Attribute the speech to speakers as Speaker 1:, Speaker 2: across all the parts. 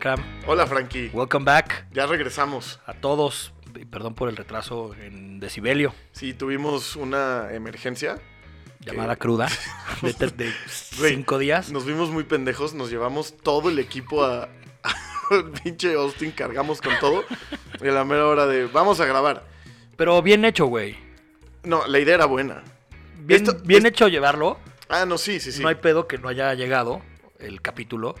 Speaker 1: Cram.
Speaker 2: Hola, Frankie.
Speaker 1: Welcome back
Speaker 2: Ya regresamos.
Speaker 1: a todos. Y Perdón por el retraso en decibelio.
Speaker 2: Sí, tuvimos una emergencia.
Speaker 1: Llamada cruda de, te- de
Speaker 2: Güey,
Speaker 1: cinco días.
Speaker 2: Nos vimos muy pendejos, nos llevamos todo el equipo a, al pinche Austin, cargamos con todo. Y a la mera hora de, vamos a grabar.
Speaker 1: Pero bien hecho, güey.
Speaker 2: No, la idea era buena.
Speaker 1: Bien,
Speaker 2: Esto-
Speaker 1: bien
Speaker 2: es-
Speaker 1: hecho llevarlo.
Speaker 2: Ah, no, sí, sí, sí.
Speaker 1: No hay pedo que no haya llegado el capítulo.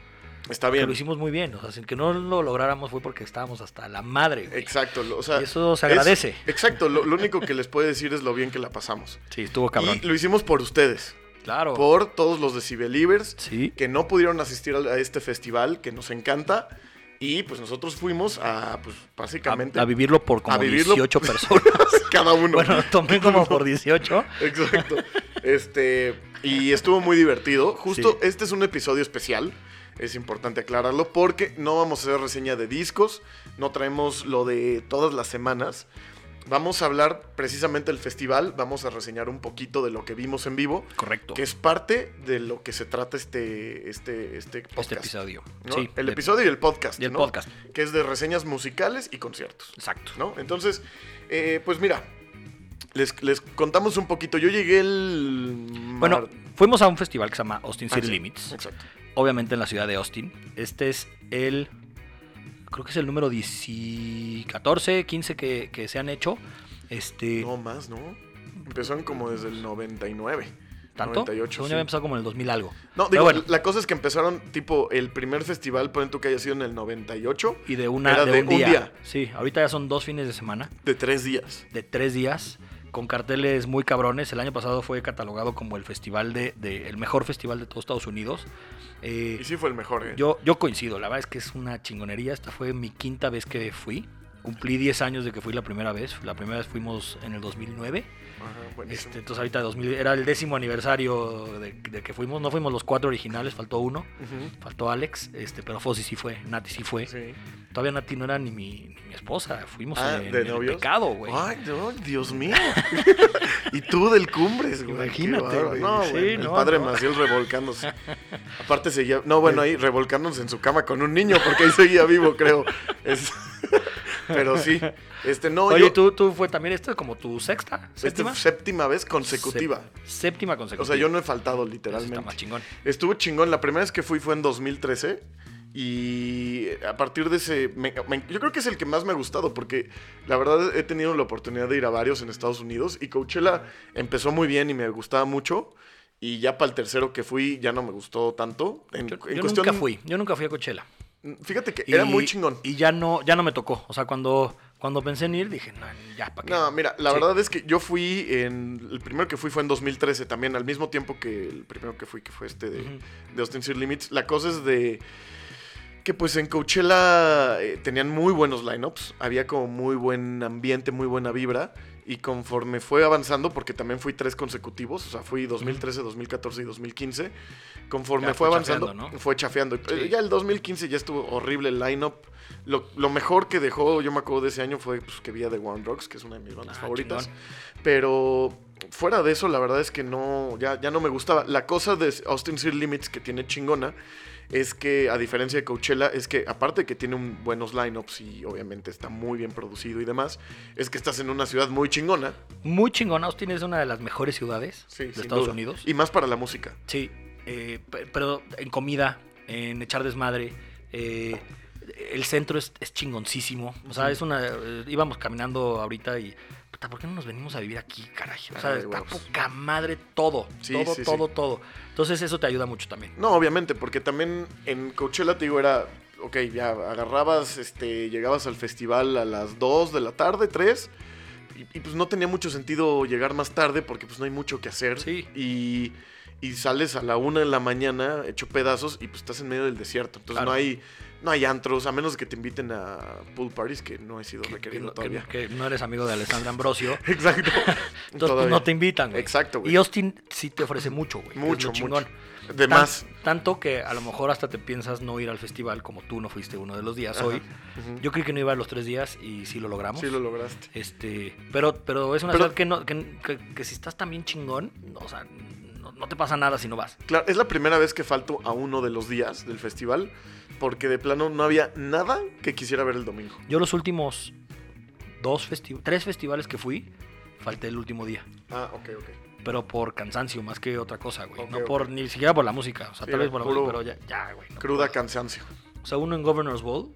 Speaker 2: Está
Speaker 1: Que
Speaker 2: bien.
Speaker 1: lo hicimos muy bien. O sea, sin que no lo lográramos fue porque estábamos hasta la madre. güey.
Speaker 2: Exacto. lo- O sea,
Speaker 1: Y eso se
Speaker 2: es-
Speaker 1: agradece.
Speaker 2: exacto. Lo, lo único que les puedo decir es lo bien que la pasamos.
Speaker 1: Sí, estuvo cabrón.
Speaker 2: Y lo hicimos por ustedes.
Speaker 1: Claro.
Speaker 2: Por todos los decibelivers.
Speaker 1: Sí.
Speaker 2: que no pudieron asistir al- a este festival que nos encanta y pues nosotros fuimos a pues
Speaker 1: A,
Speaker 2: básicamente
Speaker 1: a vivirlo por como
Speaker 2: a vivirlo.
Speaker 1: 18 personas.
Speaker 2: cada uno.
Speaker 1: bueno, tomé como por 18.
Speaker 2: Exacto. Este y estuvo muy divertido. Justo
Speaker 1: Sí.
Speaker 2: este es un episodio especial. Es importante aclararlo porque no vamos a hacer reseña de discos, no traemos lo de todas las semanas. Vamos a hablar precisamente del festival, vamos a reseñar un poquito de lo que vimos en vivo,
Speaker 1: Correcto.
Speaker 2: que es parte de lo que se trata este este este podcast.
Speaker 1: Este episodio.
Speaker 2: ¿no?
Speaker 1: Sí.
Speaker 2: el
Speaker 1: de-
Speaker 2: episodio y el podcast.
Speaker 1: Y el
Speaker 2: ¿no?
Speaker 1: podcast.
Speaker 2: Que es de reseñas musicales y conciertos,
Speaker 1: Exacto.
Speaker 2: ¿no? Entonces, eh, pues mira, les, les contamos un poquito. Yo llegué el...
Speaker 1: Bueno,
Speaker 2: mar-
Speaker 1: fuimos a un festival que se llama Austin
Speaker 2: Ah,
Speaker 1: City
Speaker 2: sí,
Speaker 1: Limits,
Speaker 2: Exacto.
Speaker 1: obviamente en la ciudad de Austin. Este es el, creo que es el número 10 14, 15 que, que se han hecho. Este,
Speaker 2: No más, ¿no? Empezaron como desde el 99.
Speaker 1: ¿Tanto?
Speaker 2: 98,
Speaker 1: Según
Speaker 2: sí.
Speaker 1: yo había empezado como en el 2000 algo. Pero
Speaker 2: No, digo,
Speaker 1: bueno.
Speaker 2: la cosa es que empezaron, tipo, el primer festival, ponen tú que haya sido en el 98,
Speaker 1: Y de, una,
Speaker 2: Era
Speaker 1: de,
Speaker 2: de
Speaker 1: un,
Speaker 2: un
Speaker 1: día.
Speaker 2: día.
Speaker 1: Sí, ahorita ya son dos fines de semana,
Speaker 2: de tres días.
Speaker 1: de tres días, con carteles muy cabrones. El año pasado fue catalogado como el festival de, de- el mejor festival de todos Estados Unidos. Eh,
Speaker 2: Y sí fue el mejor, ¿eh?
Speaker 1: Yo, yo coincido, la verdad es que es una chingonería. Esta fue mi quinta vez que fui. Cumplí 10 años de que fui la primera vez. La primera vez fuimos en el 2009.
Speaker 2: Ajá, buenísimo.
Speaker 1: Este, entonces ahorita 2000, era el décimo aniversario de, de que fuimos. No fuimos los cuatro originales, faltó uno.
Speaker 2: Ujú.
Speaker 1: Faltó Alex, este, pero Fossi sí fue, Nati sí fue.
Speaker 2: Sí.
Speaker 1: Todavía Nati no era ni mi, ni mi esposa. Fuimos
Speaker 2: Ah,
Speaker 1: pues, en,
Speaker 2: ¿de
Speaker 1: en el
Speaker 2: novios?
Speaker 1: pecado, güey.
Speaker 2: Ay, no, Dios mío. y tú del Cumbres, güey.
Speaker 1: Imagínate,
Speaker 2: Qué bárbaro.
Speaker 1: güey.
Speaker 2: No,
Speaker 1: Sí,
Speaker 2: güey, el
Speaker 1: no,
Speaker 2: padre
Speaker 1: no.
Speaker 2: Maciel revolcándose. Aparte seguía... No, bueno, ahí revolcándose en su cama con un niño porque ahí seguía vivo, creo. Es- Pero sí. Este, no,
Speaker 1: Oye,
Speaker 2: yo...
Speaker 1: tú, tú fue también esta como tu sexta,
Speaker 2: esta es
Speaker 1: séptima.
Speaker 2: séptima vez consecutiva.
Speaker 1: Sep- Séptima
Speaker 2: O
Speaker 1: consecutiva.
Speaker 2: sea, yo no he faltado
Speaker 1: Eso Está
Speaker 2: literalmente.
Speaker 1: más chingón.
Speaker 2: Estuvo chingón. La primera vez que fui fue en 2013. Y a partir de ese. me- me- yo creo que es el que más me ha gustado. Porque la verdad he tenido la oportunidad de ir a varios en Estados Unidos. Y Coachella empezó muy bien y me gustaba mucho. Y ya para el tercero que fui, ya no me gustó tanto. En,
Speaker 1: Yo,
Speaker 2: en
Speaker 1: yo
Speaker 2: cuestión-
Speaker 1: nunca fui, yo nunca fui a Coachella.
Speaker 2: Fíjate que
Speaker 1: Y-
Speaker 2: era muy chingón.
Speaker 1: Y ya no, ya no me tocó. O sea, cuando, cuando pensé en ir, dije, no, ya, ¿para qué?
Speaker 2: No, mira, la
Speaker 1: Sí.
Speaker 2: verdad es que yo fui en. El primero que fui fue en 2013 también, al mismo tiempo que el primero que fui, que fue este de,
Speaker 1: Ujú.
Speaker 2: de Austin City Limits. La cosa es de. Que pues en Coachella eh, tenían muy buenos lineups, había como muy buen ambiente, muy buena vibra. Y conforme fue avanzando, porque también fui tres consecutivos, o sea, fui 2013, 2014 y 2015. Conforme
Speaker 1: Ya
Speaker 2: fue
Speaker 1: fue
Speaker 2: avanzando,
Speaker 1: chafeando, ¿no?
Speaker 2: fue chafeando. Eh,
Speaker 1: Sí.
Speaker 2: Ya el 2015 ya estuvo horrible el lineup. Lo, lo mejor que dejó, yo me acuerdo de ese año, fue pues, que vi a The One Rocks, que es una de mis bandas
Speaker 1: Ah,
Speaker 2: favoritas.
Speaker 1: chingón.
Speaker 2: Pero fuera de eso, la verdad es que no, ya, ya no me gustaba. La cosa de Austin City Limits que tiene chingona es que, a diferencia de Coachella, es que aparte de que tiene un- buenos lineups y obviamente está muy bien producido y demás, es que estás en una ciudad muy chingona.
Speaker 1: Muy chingón. Austin es una de las mejores ciudades de
Speaker 2: sin
Speaker 1: Estados
Speaker 2: duda.
Speaker 1: Unidos.
Speaker 2: Y más para la música.
Speaker 1: Sí, eh, pe- pero en comida, en echar desmadre. eh, el centro es, es chingoncísimo. O sea, es una. eh, íbamos caminando ahorita y. puta, ¿Por qué no nos venimos a vivir aquí, carajo? O sea,
Speaker 2: Ay,
Speaker 1: está
Speaker 2: huevos.
Speaker 1: poca madre todo.
Speaker 2: Sí,
Speaker 1: todo,
Speaker 2: sí, sí.
Speaker 1: todo, todo. Entonces, eso te ayuda mucho también.
Speaker 2: No, obviamente, porque también en Coachella, te digo, era, ok, ya agarrabas, este, llegabas al festival a las 2 de la tarde, 3, y, y, pues no tenía mucho sentido llegar más tarde porque pues no hay mucho que hacer.
Speaker 1: Sí.
Speaker 2: Y, y sales a la 1 de la mañana hecho pedazos y pues estás en medio del desierto. Entonces
Speaker 1: Claro.
Speaker 2: no hay... No hay antros, a menos que te inviten a pool parties, que no he sido
Speaker 1: Que, que
Speaker 2: requerido
Speaker 1: no- que-
Speaker 2: todavía.
Speaker 1: que no eres amigo de Alessandra Ambrosio.
Speaker 2: Exacto.
Speaker 1: Entonces pues,
Speaker 2: Todavía.
Speaker 1: no te invitan, güey.
Speaker 2: Exacto, güey.
Speaker 1: Y Austin sí te ofrece mucho, güey. que es lo
Speaker 2: Mucho,
Speaker 1: chingón.
Speaker 2: mucho. De
Speaker 1: Tan-
Speaker 2: más.
Speaker 1: Tanto que a lo mejor hasta te piensas no ir al festival como tú no fuiste uno de los días
Speaker 2: Ajá.
Speaker 1: hoy.
Speaker 2: Ujú.
Speaker 1: Yo creí que no iba a los tres días y sí lo logramos.
Speaker 2: Sí lo lograste.
Speaker 1: Este, pero, pero es una
Speaker 2: Pero-
Speaker 1: ciudad que, no, que, que- que si estás también chingón, no, o sea, no, no te pasa nada si no vas.
Speaker 2: Claro, es la primera vez que falto a uno de los días del festival porque de plano no había nada que quisiera ver el domingo.
Speaker 1: Yo los últimos dos festi- tres festivales que fui, falté el último día.
Speaker 2: Ah, ok, ok.
Speaker 1: Pero por cansancio más que otra cosa, güey.
Speaker 2: Ok,
Speaker 1: no
Speaker 2: ok.
Speaker 1: por ni siquiera por la música. O sea,
Speaker 2: Sí,
Speaker 1: tal vez por la
Speaker 2: puro-
Speaker 1: música, pero ya, ya, güey. no
Speaker 2: Cruda
Speaker 1: puedo.
Speaker 2: cansancio.
Speaker 1: O sea, uno en Governor's Ball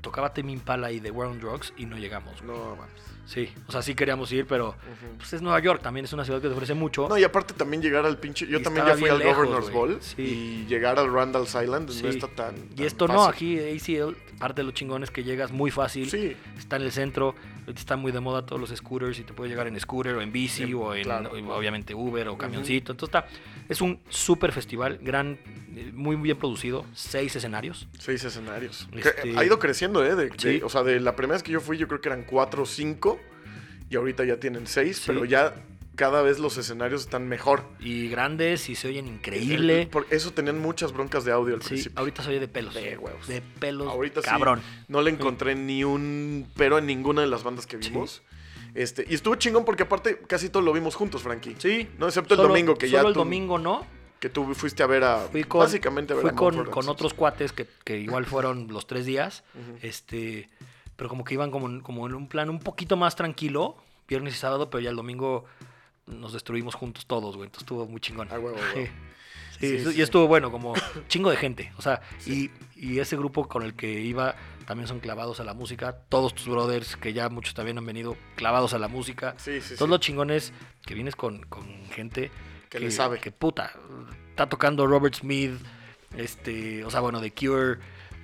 Speaker 1: tocaba Tame Impala y The War on Drugs y no llegamos. güey.
Speaker 2: No, mames.
Speaker 1: Sí, o sea, sí queríamos ir, pero
Speaker 2: Ujú.
Speaker 1: pues es Nueva York, también es una ciudad que te ofrece mucho.
Speaker 2: No, y aparte también llegar al pinche. Yo
Speaker 1: Y
Speaker 2: también
Speaker 1: estaba
Speaker 2: ya fui
Speaker 1: bien
Speaker 2: al
Speaker 1: lejos,
Speaker 2: Governor's
Speaker 1: güey.
Speaker 2: Ball
Speaker 1: Sí.
Speaker 2: y llegar al Randall's Island
Speaker 1: Sí.
Speaker 2: pues, no está tan.
Speaker 1: y
Speaker 2: tan
Speaker 1: esto no,
Speaker 2: fácil.
Speaker 1: aquí ACL, parte de lo chingón es que llegas muy fácil,
Speaker 2: Sí,
Speaker 1: está en el centro, ahorita está muy de moda todos los scooters y te puedes llegar en scooter o en bici
Speaker 2: Sí,
Speaker 1: o en
Speaker 2: claro.
Speaker 1: o- obviamente Uber o camioncito. Entonces está, es un súper festival, gran, eh, muy bien producido, seis escenarios.
Speaker 2: seis escenarios.
Speaker 1: Este-
Speaker 2: Que Ha ido creciendo, ¿eh? De- de-
Speaker 1: Sí.
Speaker 2: o sea, de la primera vez que yo fui, yo creo que eran cuatro o cinco. Y ahorita ya tienen seis,
Speaker 1: Sí.
Speaker 2: pero ya cada vez los escenarios están mejor.
Speaker 1: Y grandes y se oyen increíble.
Speaker 2: Eh, Por eso tenían muchas broncas de audio al
Speaker 1: Sí,
Speaker 2: principio.
Speaker 1: ahorita se oye de pelos.
Speaker 2: De huevos.
Speaker 1: De pelos.
Speaker 2: Ahorita sí,
Speaker 1: cabrón.
Speaker 2: no le encontré ni un pero en ninguna de las bandas que vimos. Este, y estuvo chingón porque aparte casi todos lo vimos juntos, Frankie.
Speaker 1: Sí.
Speaker 2: No, excepto el domingo, que ya
Speaker 1: Solo el
Speaker 2: tú-
Speaker 1: domingo no.
Speaker 2: Que tú fuiste a ver a
Speaker 1: Fui con,
Speaker 2: básicamente a ver
Speaker 1: fui
Speaker 2: a
Speaker 1: con,
Speaker 2: Mumford
Speaker 1: con
Speaker 2: and
Speaker 1: otros cuates que, que igual fueron los tres días.
Speaker 2: Ujú.
Speaker 1: Este. Pero como que iban como, en- como en un plan un poquito más tranquilo. Viernes y sábado, pero ya el domingo nos destruimos juntos todos, güey. Entonces estuvo muy chingón.
Speaker 2: Ah, huevo,
Speaker 1: Sí.
Speaker 2: huevo.
Speaker 1: Sí,
Speaker 2: Sí,
Speaker 1: estu-
Speaker 2: sí,
Speaker 1: y
Speaker 2: sí.
Speaker 1: estuvo bueno, como chingo de gente. O sea, y, y ese grupo con el que iba también son clavados a la música. Todos tus brothers, que ya muchos también han venido clavados a la música.
Speaker 2: Sí, sí,
Speaker 1: Todos
Speaker 2: sí.
Speaker 1: los chingones que vienes con, con gente
Speaker 2: Que le sabe.
Speaker 1: Que puta. Está tocando Robert Smith, este, o sea, bueno, The Cure,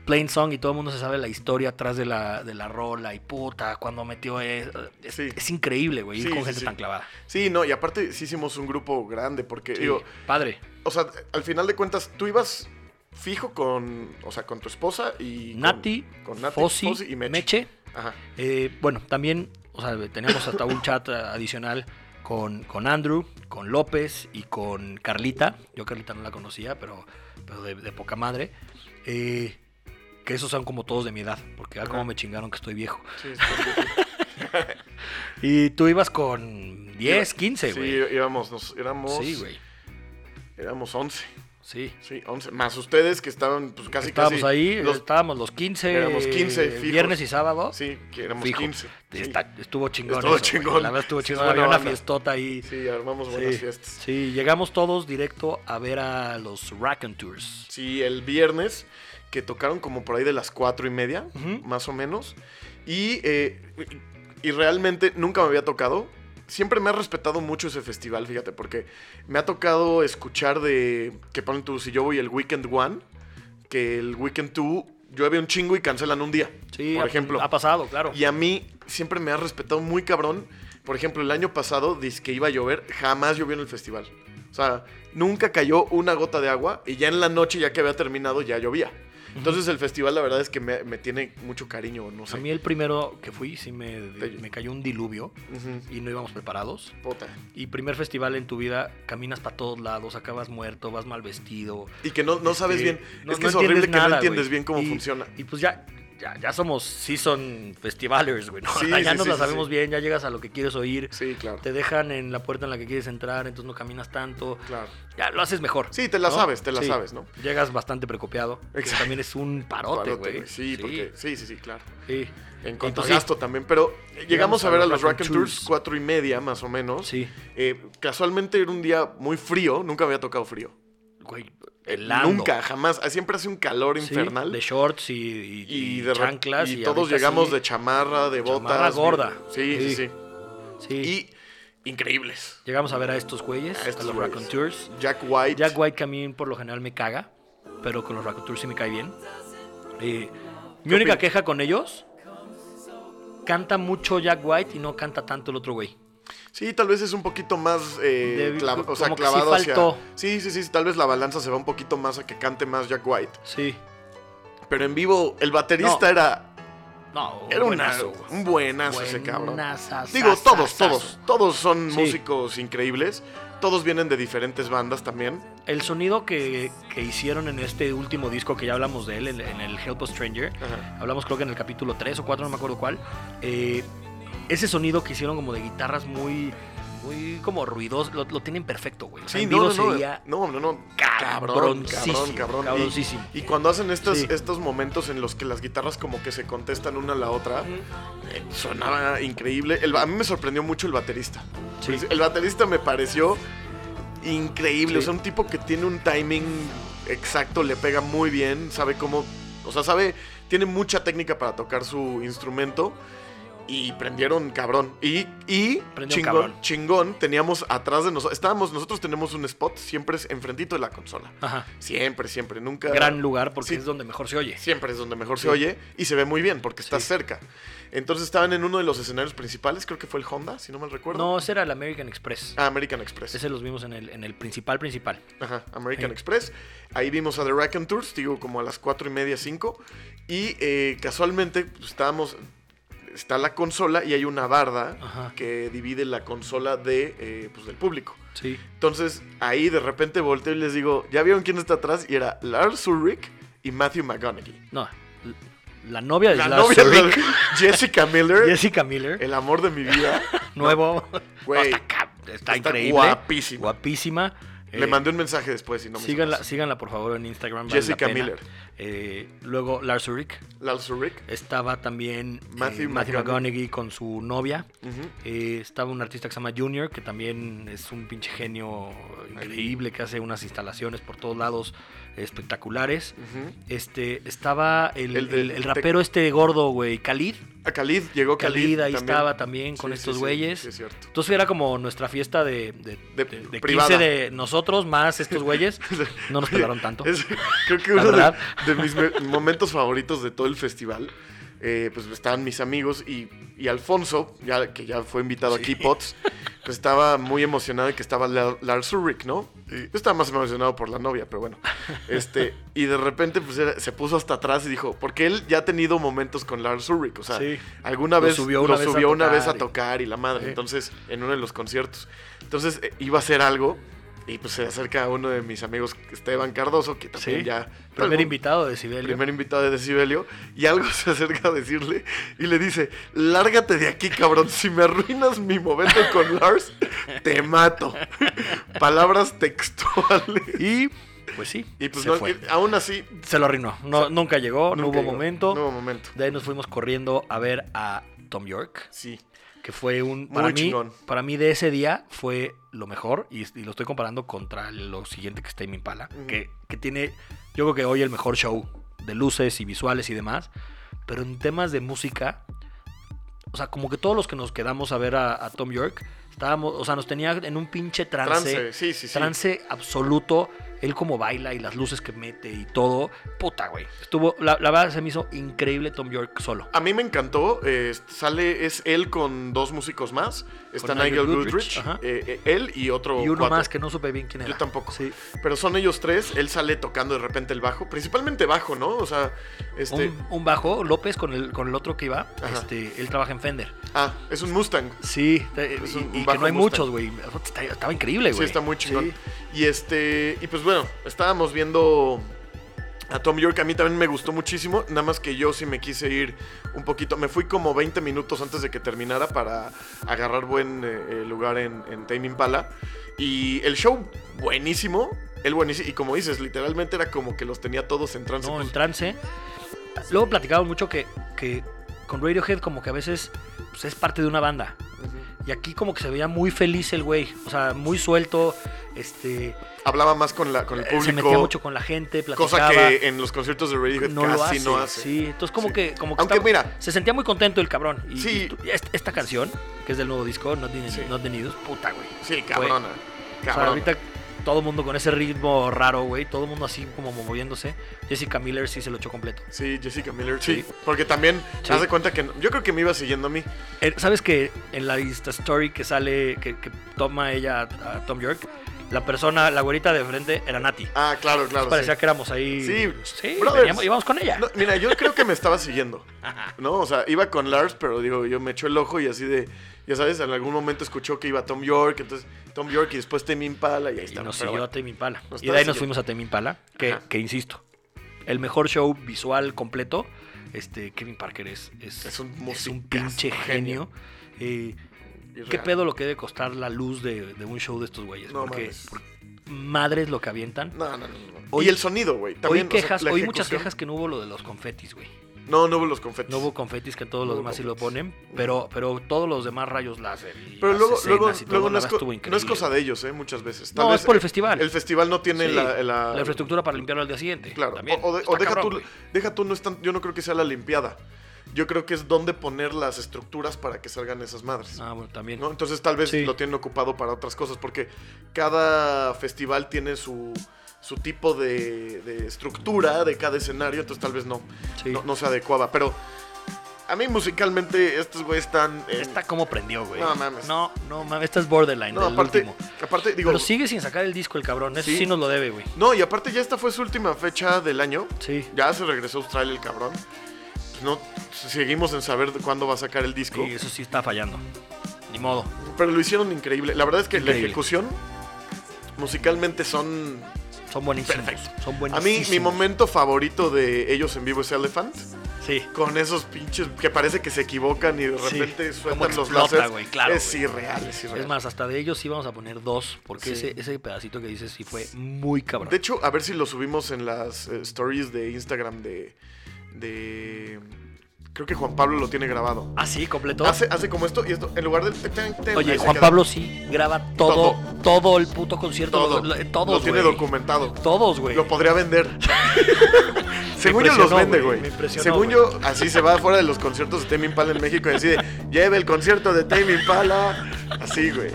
Speaker 1: Plain Song, y todo el mundo se sabe la historia atrás de la, de la rola y puta, cuando metió. Es, es,
Speaker 2: Sí.
Speaker 1: es increíble, güey, ir
Speaker 2: Sí,
Speaker 1: con
Speaker 2: sí,
Speaker 1: gente
Speaker 2: sí.
Speaker 1: tan clavada.
Speaker 2: Sí, no, y aparte sí hicimos un grupo grande porque
Speaker 1: Sí,
Speaker 2: Eh, digo,
Speaker 1: padre.
Speaker 2: o sea, al final de cuentas tú ibas fijo con, o sea, con tu esposa y con-
Speaker 1: Nati,
Speaker 2: con Nati,
Speaker 1: Fossi,
Speaker 2: Fossi y Meche.
Speaker 1: Meche
Speaker 2: Ajá.
Speaker 1: Eh, bueno, también, o sea, tenemos hasta un chat eh, adicional con, con Andrew, con López y con Carlita. Yo a Carlita no la conocía, pero, pero de, de poca madre. Eh, que esos son como todos de mi edad, porque ah, como
Speaker 2: Ajá.
Speaker 1: me chingaron que estoy viejo.
Speaker 2: Sí, sí, sí.
Speaker 1: Y tú ibas con 10, 15,
Speaker 2: Sí,
Speaker 1: güey.
Speaker 2: íbamos, nos, éramos
Speaker 1: Sí, güey.
Speaker 2: éramos 11.
Speaker 1: Sí.
Speaker 2: Sí, 11. Más ustedes que estaban pues casi
Speaker 1: estábamos
Speaker 2: casi
Speaker 1: ahí,
Speaker 2: los-
Speaker 1: estábamos los 15,
Speaker 2: éramos 15
Speaker 1: eh,
Speaker 2: fijos.
Speaker 1: viernes y sábado.
Speaker 2: Sí, que éramos
Speaker 1: Fijo.
Speaker 2: 15. Sí.
Speaker 1: Está- estuvo chingón.
Speaker 2: Estuvo
Speaker 1: eso, güey.
Speaker 2: chingón.
Speaker 1: La verdad estuvo
Speaker 2: Sí, es
Speaker 1: chingón.
Speaker 2: buena
Speaker 1: Había una
Speaker 2: banda.
Speaker 1: fiestota ahí.
Speaker 2: Sí, armamos buenas
Speaker 1: sí,
Speaker 2: fiestas.
Speaker 1: sí, llegamos todos directo a ver a los Raconteurs.
Speaker 2: Sí, el viernes, que tocaron como por ahí de las cuatro y media,
Speaker 1: Ujú.
Speaker 2: más o menos. Y, eh, y realmente nunca me había tocado. Siempre me ha respetado mucho ese festival, fíjate, porque me ha tocado escuchar de que ponen tú, si yo voy el Weekend One, que el Weekend Two llueve un chingo y cancelan un día.
Speaker 1: Sí,
Speaker 2: por
Speaker 1: ha-
Speaker 2: ejemplo.
Speaker 1: Ha pasado, claro.
Speaker 2: Y a mí siempre me ha respetado muy cabrón. Por ejemplo, el año pasado dice que iba a llover, jamás llovió en el festival. O sea, nunca cayó una gota de agua y ya en la noche, ya que había terminado, ya llovía. Entonces el festival la verdad es que me, me tiene mucho cariño, no sé.
Speaker 1: A mí el primero que fui, sí me,
Speaker 2: Te-
Speaker 1: me cayó un diluvio
Speaker 2: Ujú.
Speaker 1: y no íbamos preparados.
Speaker 2: Puta.
Speaker 1: Y primer festival en tu vida, caminas para todos lados, acabas muerto, vas mal vestido.
Speaker 2: Y que no, no sabes
Speaker 1: Sí.
Speaker 2: bien.
Speaker 1: No-
Speaker 2: es que
Speaker 1: no
Speaker 2: es horrible que
Speaker 1: entiendes nada,
Speaker 2: no entiendes
Speaker 1: güey.
Speaker 2: bien cómo
Speaker 1: Y-
Speaker 2: funciona.
Speaker 1: Y pues ya, ya, ya somos season festivalers, güey. ¿no?
Speaker 2: Sí,
Speaker 1: ya
Speaker 2: sí,
Speaker 1: nos
Speaker 2: sí,
Speaker 1: la
Speaker 2: sí,
Speaker 1: sabemos
Speaker 2: sí.
Speaker 1: bien, ya llegas a lo que quieres oír.
Speaker 2: Sí, claro.
Speaker 1: Te dejan en la puerta en la que quieres entrar, entonces no caminas tanto.
Speaker 2: Claro.
Speaker 1: Ya lo haces mejor.
Speaker 2: Sí, te la
Speaker 1: ¿no?
Speaker 2: sabes, te la
Speaker 1: Sí.
Speaker 2: sabes, ¿no?
Speaker 1: Llegas bastante precopiado. que
Speaker 2: Exacto.
Speaker 1: También es un parote,
Speaker 2: Parote,
Speaker 1: güey.
Speaker 2: güey. Sí, porque. Sí, sí, sí, claro.
Speaker 1: Sí.
Speaker 2: En cuanto
Speaker 1: Y
Speaker 2: a
Speaker 1: pues
Speaker 2: gasto también, pero llegamos a ver a los Rack and Tours
Speaker 1: Tours.
Speaker 2: cuatro y media más o menos.
Speaker 1: Sí.
Speaker 2: Eh, casualmente era un día muy frío, nunca me había tocado frío. Eh,
Speaker 1: sí, güey, helando.
Speaker 2: Nunca, jamás. Ah, Siempre hace un calor
Speaker 1: Sí,
Speaker 2: infernal.
Speaker 1: De shorts y, y,
Speaker 2: y
Speaker 1: y
Speaker 2: de re-
Speaker 1: chanclas.
Speaker 2: y todos
Speaker 1: ahorita
Speaker 2: llegamos
Speaker 1: sí,
Speaker 2: de chamarra, de botas.
Speaker 1: Chamarra gorda.
Speaker 2: Sí, sí, sí.
Speaker 1: sí.
Speaker 2: Y increíbles.
Speaker 1: Llegamos a ver a estos güeyes,
Speaker 2: A
Speaker 1: a,
Speaker 2: estos
Speaker 1: los
Speaker 2: güeyes.
Speaker 1: Raconteurs.
Speaker 2: Jack White.
Speaker 1: Jack White que a mí por lo general me caga, pero con los Raconteurs sí me cae bien. Eh, mi única
Speaker 2: opinas?
Speaker 1: queja con ellos, canta mucho Jack White y no canta tanto el otro güey.
Speaker 2: Sí, tal vez es un poquito más eh,
Speaker 1: De-
Speaker 2: clav- o sea,
Speaker 1: como que sí
Speaker 2: clavado hacia.
Speaker 1: faltó.
Speaker 2: Sí, sí, sí. Tal vez la balanza se va un poquito más a que cante más Jack White.
Speaker 1: Sí.
Speaker 2: Pero en vivo, el baterista
Speaker 1: No.
Speaker 2: era.
Speaker 1: No,
Speaker 2: Era un
Speaker 1: buenazo,
Speaker 2: buenazo,
Speaker 1: güey.
Speaker 2: un buenazo ese cabrón.
Speaker 1: Buenazazazazo.
Speaker 2: Digo, todos, todos, todos son
Speaker 1: Sí.
Speaker 2: músicos increíbles. Todos vienen de diferentes bandas también.
Speaker 1: El sonido que, que hicieron en este último disco que ya hablamos de él, en, en el Help a Stranger,
Speaker 2: Ajá.
Speaker 1: hablamos creo que en el capítulo 3 o 4, no me acuerdo cuál, eh, ese sonido que hicieron como de guitarras muy muy como ruidoso. Lo, lo tienen perfecto, güey. O sea,
Speaker 2: Sí,
Speaker 1: en
Speaker 2: no,
Speaker 1: vivo
Speaker 2: no, no,
Speaker 1: sería
Speaker 2: no, no, no, cabrón, cabrón,
Speaker 1: cabroncísimo,
Speaker 2: cabrón. Y-
Speaker 1: cabroncísimo.
Speaker 2: Y, cuando hacen estas,
Speaker 1: Sí.
Speaker 2: estos momentos en los que las guitarras como que se contestan una a la otra, eh, sonaba increíble. El ba- a mí me sorprendió mucho el baterista.
Speaker 1: Sí.
Speaker 2: Pues, El baterista me pareció increíble.
Speaker 1: Sí.
Speaker 2: O sea, un tipo que tiene un timing exacto, le pega muy bien, sabe cómo, o sea, sabe, tiene mucha técnica para tocar su instrumento. Y prendieron cabrón. Y, y
Speaker 1: Prendieron
Speaker 2: chingón,
Speaker 1: cabrón.
Speaker 2: chingón, teníamos atrás de nosotros. Estábamos, nosotros tenemos un spot siempre es enfrentito de la consola.
Speaker 1: Ajá.
Speaker 2: Siempre, siempre, nunca.
Speaker 1: Gran lugar porque
Speaker 2: eh, Sí.
Speaker 1: es donde mejor se oye.
Speaker 2: Siempre es donde mejor
Speaker 1: Sí.
Speaker 2: se oye y se ve muy bien porque estás
Speaker 1: Sí.
Speaker 2: cerca. Entonces estaban en uno de los escenarios principales, creo que fue el Honda, si no mal recuerdo.
Speaker 1: No, ese era el American Express.
Speaker 2: Ah, American Express.
Speaker 1: Ese los vimos en el, en el principal principal.
Speaker 2: Ajá, American
Speaker 1: Sí.
Speaker 2: Express. Ahí vimos a The Rack and Tours, digo, como a las cuatro y media, 5. Y eh, casualmente pues, estábamos. Está la consola y hay una barda
Speaker 1: Ajá.
Speaker 2: que divide la consola de, eh, pues, del público.
Speaker 1: Sí.
Speaker 2: Entonces ahí de repente volteo y les digo, ¿ya vieron quién está atrás? Y era Lars Ulrich y Matthew McConaughey.
Speaker 1: No. l- La novia de
Speaker 2: La
Speaker 1: Lars
Speaker 2: novia de
Speaker 1: Ulrich,
Speaker 2: Jessica Miller,
Speaker 1: Jessica Miller,
Speaker 2: el amor de mi vida.
Speaker 1: nuevo.
Speaker 2: Güey,
Speaker 1: No, está, cap- está
Speaker 2: está
Speaker 1: increíble.
Speaker 2: guapísima.
Speaker 1: Guapísima. Eh,
Speaker 2: Le mandé un mensaje después y no me hizo
Speaker 1: síganla,
Speaker 2: caso.
Speaker 1: síganla, por favor, en Instagram. vale la
Speaker 2: Jessica
Speaker 1: pena.
Speaker 2: Miller.
Speaker 1: Eh, luego Lars Ulrich.
Speaker 2: Lars Ulrich.
Speaker 1: Estaba también eh, Matthew,
Speaker 2: Matthew
Speaker 1: McConaughey con su novia.
Speaker 2: Ujú.
Speaker 1: Eh, estaba un artista que se llama Junior, que también es un pinche genio increíble, que hace unas instalaciones por todos lados espectaculares.
Speaker 2: Ujú.
Speaker 1: Este, estaba el,
Speaker 2: El de-
Speaker 1: el- el rapero este gordo, güey, Khalid.
Speaker 2: A Khalid, llegó Khalid.
Speaker 1: Khalid ahí
Speaker 2: también.
Speaker 1: estaba también con
Speaker 2: Sí,
Speaker 1: estos
Speaker 2: sí, sí,
Speaker 1: güeyes.
Speaker 2: Sí, es cierto.
Speaker 1: Entonces era como nuestra fiesta de, de,
Speaker 2: De-
Speaker 1: de- de
Speaker 2: privada.
Speaker 1: 15 de nosotros más estos güeyes. No nos pelaron tanto.
Speaker 2: Es- creo que
Speaker 1: La
Speaker 2: uno de,
Speaker 1: verdad.
Speaker 2: de mis me- momentos favoritos de todo el festival, eh, pues estaban mis amigos y, y Alfonso, ya, que ya fue invitado aquí, Potts, pues estaba muy emocionado de que estaba La- Lars Ulrich, ¿no? Y yo estaba más emocionado por la novia, pero bueno. Este, y de repente pues, era- se puso hasta atrás y dijo, porque él ya ha tenido momentos con Lars Ulrich, o sea,
Speaker 1: Sí.
Speaker 2: alguna
Speaker 1: Lo
Speaker 2: vez
Speaker 1: subió
Speaker 2: lo
Speaker 1: una vez a
Speaker 2: subió una
Speaker 1: tocar
Speaker 2: vez a
Speaker 1: y-
Speaker 2: tocar y la madre,
Speaker 1: Sí.
Speaker 2: entonces, en uno de los conciertos. Entonces eh, iba a hacer algo y pues se acerca uno de mis amigos, Esteban Cardoso, que también
Speaker 1: Sí.
Speaker 2: ya...
Speaker 1: Primer
Speaker 2: algún-
Speaker 1: invitado de Sibelio.
Speaker 2: primer invitado de Decibelio. Y algo se acerca a decirle y le dice, lárgate de aquí, cabrón. Si me arruinas mi momento con Lars, te mato. Palabras textuales.
Speaker 1: Y pues sí,
Speaker 2: Y pues
Speaker 1: se,
Speaker 2: no,
Speaker 1: fue.
Speaker 2: y aún así...
Speaker 1: se lo arruinó. No, nunca llegó, no hubo
Speaker 2: nunca llegó.
Speaker 1: momento.
Speaker 2: No hubo momento.
Speaker 1: De ahí nos fuimos corriendo a ver a Tom York,
Speaker 2: Sí.
Speaker 1: que fue un...
Speaker 2: Muy
Speaker 1: Para mí,
Speaker 2: chingón.
Speaker 1: para mí de ese día fue lo mejor y, y lo estoy comparando contra lo siguiente que está en Impala,
Speaker 2: Ujú.
Speaker 1: que, que tiene, yo creo que hoy el mejor show de luces y visuales y demás, pero en temas de música, o sea, como que todos los que nos quedamos a ver a, a Tom York, estábamos, o sea, nos tenía en un pinche
Speaker 2: Trance. Sí, sí, sí.
Speaker 1: trance absoluto. Él como baila y las luces que mete y todo. Puta, güey. Estuvo, la, la verdad se me hizo increíble Tom York solo.
Speaker 2: A mí me encantó. eh, sale, es él con dos músicos más. Está
Speaker 1: Nigel
Speaker 2: Nigel
Speaker 1: Goodrich,
Speaker 2: Goodrich,
Speaker 1: ajá.
Speaker 2: eh, eh, él y otro.
Speaker 1: Y uno
Speaker 2: cuate.
Speaker 1: más que no supe bien quién era.
Speaker 2: Yo tampoco.
Speaker 1: Sí.
Speaker 2: Pero son ellos tres. Él sale tocando de repente el bajo, principalmente bajo, ¿no? O sea, este.
Speaker 1: Un, un bajo, López, con el, con el otro que iba,
Speaker 2: Ajá.
Speaker 1: este, él trabaja en Fender.
Speaker 2: Ah, es un Mustang.
Speaker 1: Sí, te-
Speaker 2: Es
Speaker 1: y-
Speaker 2: Pues un- un
Speaker 1: y, que
Speaker 2: bajo
Speaker 1: no hay
Speaker 2: Mustang.
Speaker 1: muchos, güey. Está- Estaba increíble, güey.
Speaker 2: Sí, está muy chingón.
Speaker 1: Sí.
Speaker 2: Y este. Y pues bueno, estábamos viendo. A Tom York a mí también me gustó muchísimo, nada más que yo sí me quise ir un poquito, me fui como 20 minutos antes de que terminara para agarrar buen eh, eh, lugar en, en Tame Impala y el show buenísimo, el buenísimo, y como dices, literalmente era como que los tenía todos en trance.
Speaker 1: No,
Speaker 2: pues,
Speaker 1: en trance. Luego platicamos mucho que, que con Radiohead como que a veces pues, es parte de una banda.
Speaker 2: ujú.
Speaker 1: Y aquí como que se veía muy feliz el güey. O sea, muy suelto. Este.
Speaker 2: Hablaba más con, la, con el público,
Speaker 1: Eh, se metía mucho con la gente, platicaba.
Speaker 2: cosa que en los conciertos de Radiohead
Speaker 1: no lo
Speaker 2: casi
Speaker 1: hace,
Speaker 2: no hace.
Speaker 1: Sí, entonces como
Speaker 2: Sí.
Speaker 1: que como que
Speaker 2: Aunque
Speaker 1: estaba-
Speaker 2: mira.
Speaker 1: se sentía muy contento el cabrón. Y,
Speaker 2: Sí.
Speaker 1: y tú- y est- esta canción, que es del nuevo disco, Not the,
Speaker 2: Sí.
Speaker 1: Not the News, puta, güey.
Speaker 2: Sí, cabrona.
Speaker 1: O sea,
Speaker 2: cabrona.
Speaker 1: ahorita todo el mundo con ese ritmo raro, güey, todo el mundo así como moviéndose. Jessica Miller sí se lo echó completo.
Speaker 2: Sí, Jessica Miller, sí.
Speaker 1: Sí.
Speaker 2: Porque también,
Speaker 1: Sí.
Speaker 2: haz de cuenta que... Yo creo que me iba siguiendo a mí.
Speaker 1: Eh, ¿Sabes que en la Insta Story que sale, que, que toma ella a, a Tom York, la persona, la güerita de frente era Nati?
Speaker 2: Ah, claro, claro.
Speaker 1: Pues Parecía
Speaker 2: sí.
Speaker 1: que éramos ahí.
Speaker 2: Sí,
Speaker 1: sí
Speaker 2: brothers.
Speaker 1: veníamos- íbamos con ella.
Speaker 2: No, mira, yo creo que me estaba siguiendo. ¿No? O sea, iba con Lars, pero digo, yo me echó el ojo y así de... Ya sabes, en algún momento escuchó que iba Tom York, entonces Tom York y después Tame Impala y ahí
Speaker 1: Y
Speaker 2: está.
Speaker 1: nos siguió
Speaker 2: pero bueno.
Speaker 1: a Tame Impala.
Speaker 2: Nos
Speaker 1: Y de ahí
Speaker 2: estaba
Speaker 1: nos fuimos a Tame Impala, que,
Speaker 2: Ajá.
Speaker 1: que insisto, el mejor show visual completo. Este, Kevin Parker es, es,
Speaker 2: Es un
Speaker 1: es un
Speaker 2: musicazo,
Speaker 1: pinche genio. Eh,
Speaker 2: irreal.
Speaker 1: ¿Qué pedo lo que debe costar la luz de, de un show de estos güeyes?
Speaker 2: No
Speaker 1: Porque
Speaker 2: mames.
Speaker 1: por- madres lo que avientan.
Speaker 2: No, no, no. no.
Speaker 1: Hoy-
Speaker 2: y el sonido, güey. También,
Speaker 1: hoy
Speaker 2: o sea,
Speaker 1: quejas,
Speaker 2: la
Speaker 1: hoy muchas
Speaker 2: ejecución.
Speaker 1: quejas que no hubo lo de los confetis, güey.
Speaker 2: No, no hubo los confetes.
Speaker 1: No hubo confetis que todos
Speaker 2: No
Speaker 1: los
Speaker 2: hubo
Speaker 1: demás sí lo
Speaker 2: confetis.
Speaker 1: ponen, pero, pero todos los demás rayos láser. y
Speaker 2: Pero
Speaker 1: las
Speaker 2: luego,
Speaker 1: escenas
Speaker 2: luego,
Speaker 1: y todo,
Speaker 2: luego
Speaker 1: la
Speaker 2: no, es
Speaker 1: verdad
Speaker 2: co-
Speaker 1: estuvo
Speaker 2: no es
Speaker 1: increíble.
Speaker 2: cosa de ellos, ¿eh? Muchas veces.
Speaker 1: No, es por el festival.
Speaker 2: El festival no tiene
Speaker 1: Sí,
Speaker 2: la, la-
Speaker 1: la infraestructura para limpiarlo al día siguiente.
Speaker 2: Claro.
Speaker 1: también.
Speaker 2: O, o de-
Speaker 1: Está
Speaker 2: o deja,
Speaker 1: cabrón,
Speaker 2: tú,
Speaker 1: güey.
Speaker 2: deja tú, no es tan- yo no creo que sea la limpiada. Yo creo que es donde poner las estructuras para que salgan esas madres.
Speaker 1: Ah, bueno, también.
Speaker 2: ¿no? Entonces tal vez
Speaker 1: Sí.
Speaker 2: lo tienen ocupado para otras cosas, porque cada festival tiene su, su tipo de, de estructura de cada escenario, entonces tal vez no,
Speaker 1: Sí.
Speaker 2: no, no se adecuaba. Pero a mí musicalmente estos güeyes están... en-
Speaker 1: Está como prendió, güey.
Speaker 2: No mames.
Speaker 1: No, no mames. Esta es borderline.
Speaker 2: no,
Speaker 1: del
Speaker 2: aparte,
Speaker 1: último.
Speaker 2: aparte digo...
Speaker 1: Pero sigue sin sacar el disco el cabrón. Eso
Speaker 2: Sí.
Speaker 1: sí, nos lo debe, güey.
Speaker 2: No, y aparte ya esta fue su última fecha del año.
Speaker 1: Sí.
Speaker 2: Ya se regresó a Australia el cabrón. Pues No, seguimos en saber cuándo va a sacar el disco.
Speaker 1: Sí, eso sí está fallando. Ni modo.
Speaker 2: Pero lo hicieron increíble. La verdad es que la
Speaker 1: Increíble.
Speaker 2: ejecución musicalmente son
Speaker 1: Son buenísimos.
Speaker 2: Perfecto.
Speaker 1: Son
Speaker 2: A mí,
Speaker 1: buenísimos.
Speaker 2: mi momento favorito de ellos en vivo es Elephant.
Speaker 1: Sí.
Speaker 2: Con esos pinches que parece que se equivocan y de
Speaker 1: Sí,
Speaker 2: repente
Speaker 1: cómo
Speaker 2: sueltan los
Speaker 1: explota,
Speaker 2: láseres.
Speaker 1: güey, claro,
Speaker 2: es
Speaker 1: güey.
Speaker 2: irreal, es irreal.
Speaker 1: Es más, hasta de ellos sí vamos a poner dos. Porque
Speaker 2: Sí.
Speaker 1: ese, ese pedacito que dices sí fue muy cabrón.
Speaker 2: de hecho, a ver si lo subimos en las eh, stories de Instagram de, de. Creo que Juan Pablo lo tiene grabado.
Speaker 1: ah, sí, completo.
Speaker 2: Hace, hace como esto y esto, en lugar del. tec, tec, tec, ahí
Speaker 1: Oye,
Speaker 2: se
Speaker 1: Juan
Speaker 2: queda.
Speaker 1: Pablo sí graba todo, todo, el puto concierto.
Speaker 2: Todo.
Speaker 1: lo- lo-
Speaker 2: lo
Speaker 1: todos,
Speaker 2: tiene
Speaker 1: güey.
Speaker 2: documentado.
Speaker 1: Todos, güey.
Speaker 2: Lo podría vender. Según yo los
Speaker 1: impresionó,
Speaker 2: vende,
Speaker 1: güey,
Speaker 2: güey.
Speaker 1: me impresionó,
Speaker 2: Según
Speaker 1: güey.
Speaker 2: yo, así se va fuera de los conciertos de Tame Impala en México y decide, lleve el concierto de Tame Impala. Así, güey.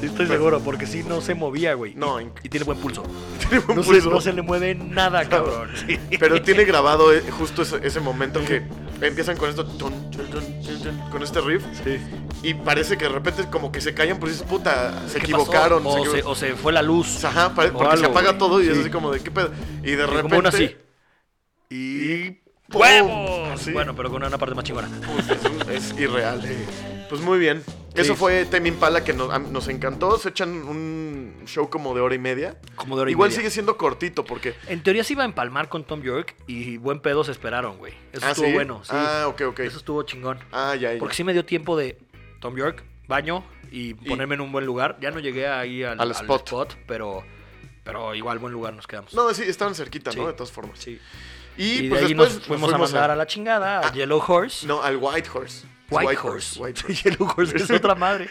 Speaker 1: Sí, estoy seguro, porque sí no se movía, güey.
Speaker 2: No,
Speaker 1: Y-
Speaker 2: inc-
Speaker 1: y tiene buen pulso.
Speaker 2: Tiene buen
Speaker 1: No se,
Speaker 2: pulso.
Speaker 1: no se le mueve nada, cabrón. Sí.
Speaker 2: Pero tiene grabado eh, justo ese, ese momento que empiezan con esto, tun, tun, tun, tun, tun, con este riff, y parece que de repente como que se callan, por dices, puta, se
Speaker 1: ¿Qué
Speaker 2: equivocaron.
Speaker 1: pasó? Oh, O, se, o se fue la luz.
Speaker 2: Pues, Ajá, pare-
Speaker 1: o
Speaker 2: porque se
Speaker 1: algo,
Speaker 2: apaga
Speaker 1: güey.
Speaker 2: todo y es
Speaker 1: Sí.
Speaker 2: así como de qué pedo. Y de
Speaker 1: Y
Speaker 2: repente.
Speaker 1: como una así.
Speaker 2: Y. ¡pum!
Speaker 1: ¡Huevos!
Speaker 2: Así.
Speaker 1: Bueno, pero con una parte más chingona.
Speaker 2: Pues es, un- es irreal. eh. Pues muy bien. Eso
Speaker 1: Sí.
Speaker 2: fue Tame Impala que nos, a- nos encantó. Se echan un show como de hora y media.
Speaker 1: Como de hora y
Speaker 2: Igual
Speaker 1: media.
Speaker 2: sigue siendo cortito porque.
Speaker 1: En teoría se iba a empalmar con Tom York y buen pedo se esperaron, güey. Eso
Speaker 2: Ah,
Speaker 1: estuvo
Speaker 2: ¿sí?
Speaker 1: bueno, sí.
Speaker 2: Ah, ok, ok.
Speaker 1: Eso estuvo chingón.
Speaker 2: Ah, ya, ya.
Speaker 1: Porque sí me dio tiempo de Tom York, baño y ponerme en un buen lugar. Ya no llegué ahí al,
Speaker 2: Al spot.
Speaker 1: pero, pero igual buen lugar nos quedamos.
Speaker 2: No, sí, estaban cerquita,
Speaker 1: Sí.
Speaker 2: ¿no? De todas formas.
Speaker 1: Sí.
Speaker 2: Y,
Speaker 1: Y,
Speaker 2: pues
Speaker 1: de ahí
Speaker 2: después
Speaker 1: nos fuimos, a mandar a... la chingada, a
Speaker 2: Ah.
Speaker 1: Yellow Horse.
Speaker 2: No, al White Horse.
Speaker 1: White, Horse.
Speaker 2: White Horse.
Speaker 1: Yellow Horse es otra madre.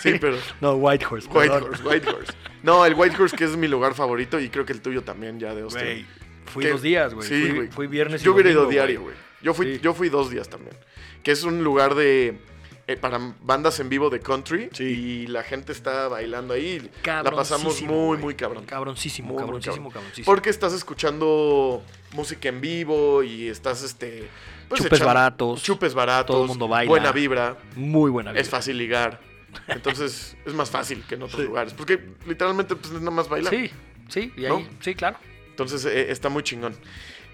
Speaker 2: Sí, pero.
Speaker 1: No, White Horse.
Speaker 2: White
Speaker 1: perdón.
Speaker 2: Horse, White Horse. No, el White Horse que es mi lugar favorito y creo que el tuyo también ya de Austin.
Speaker 1: Güey, fui
Speaker 2: Que-
Speaker 1: dos días, güey.
Speaker 2: Sí,
Speaker 1: fui,
Speaker 2: güey.
Speaker 1: fui viernes y
Speaker 2: Yo hubiera ido
Speaker 1: domingo,
Speaker 2: diario, güey. Yo fui,
Speaker 1: Sí.
Speaker 2: yo fui dos días también. Que es un lugar de. eh, para bandas en vivo de country. Y la gente está bailando ahí. La pasamos
Speaker 1: Cabroncísimo,
Speaker 2: muy,
Speaker 1: güey.
Speaker 2: muy cabrón.
Speaker 1: Cabroncísimo,
Speaker 2: Muy, muy
Speaker 1: cabroncísimo,
Speaker 2: cabrón.
Speaker 1: cabroncísimo.
Speaker 2: Porque estás escuchando música en vivo y estás este.
Speaker 1: Chupes baratos.
Speaker 2: Chupes baratos.
Speaker 1: Todo el mundo baila.
Speaker 2: Buena vibra.
Speaker 1: Muy buena vida.
Speaker 2: Es fácil ligar. Entonces es más fácil que en otros lugares. Porque literalmente pues, es nada más bailar.
Speaker 1: Sí, sí, y
Speaker 2: ¿No?
Speaker 1: ahí, sí, claro.
Speaker 2: Entonces eh, está muy chingón.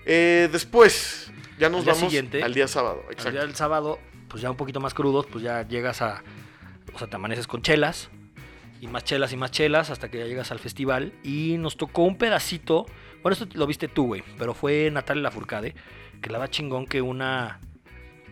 Speaker 2: Eh, después, ya nos
Speaker 1: Al día
Speaker 2: vamos
Speaker 1: siguiente.
Speaker 2: al día sábado. Exacto.
Speaker 1: Ya el sábado, pues ya un poquito más crudos, pues ya llegas a. O sea, te amaneces con chelas. Y más chelas y más chelas hasta que ya llegas al festival. Y nos tocó un pedacito. Bueno, esto lo viste tú, güey. Pero fue Natalia Lafourcade. Que la va chingón que una.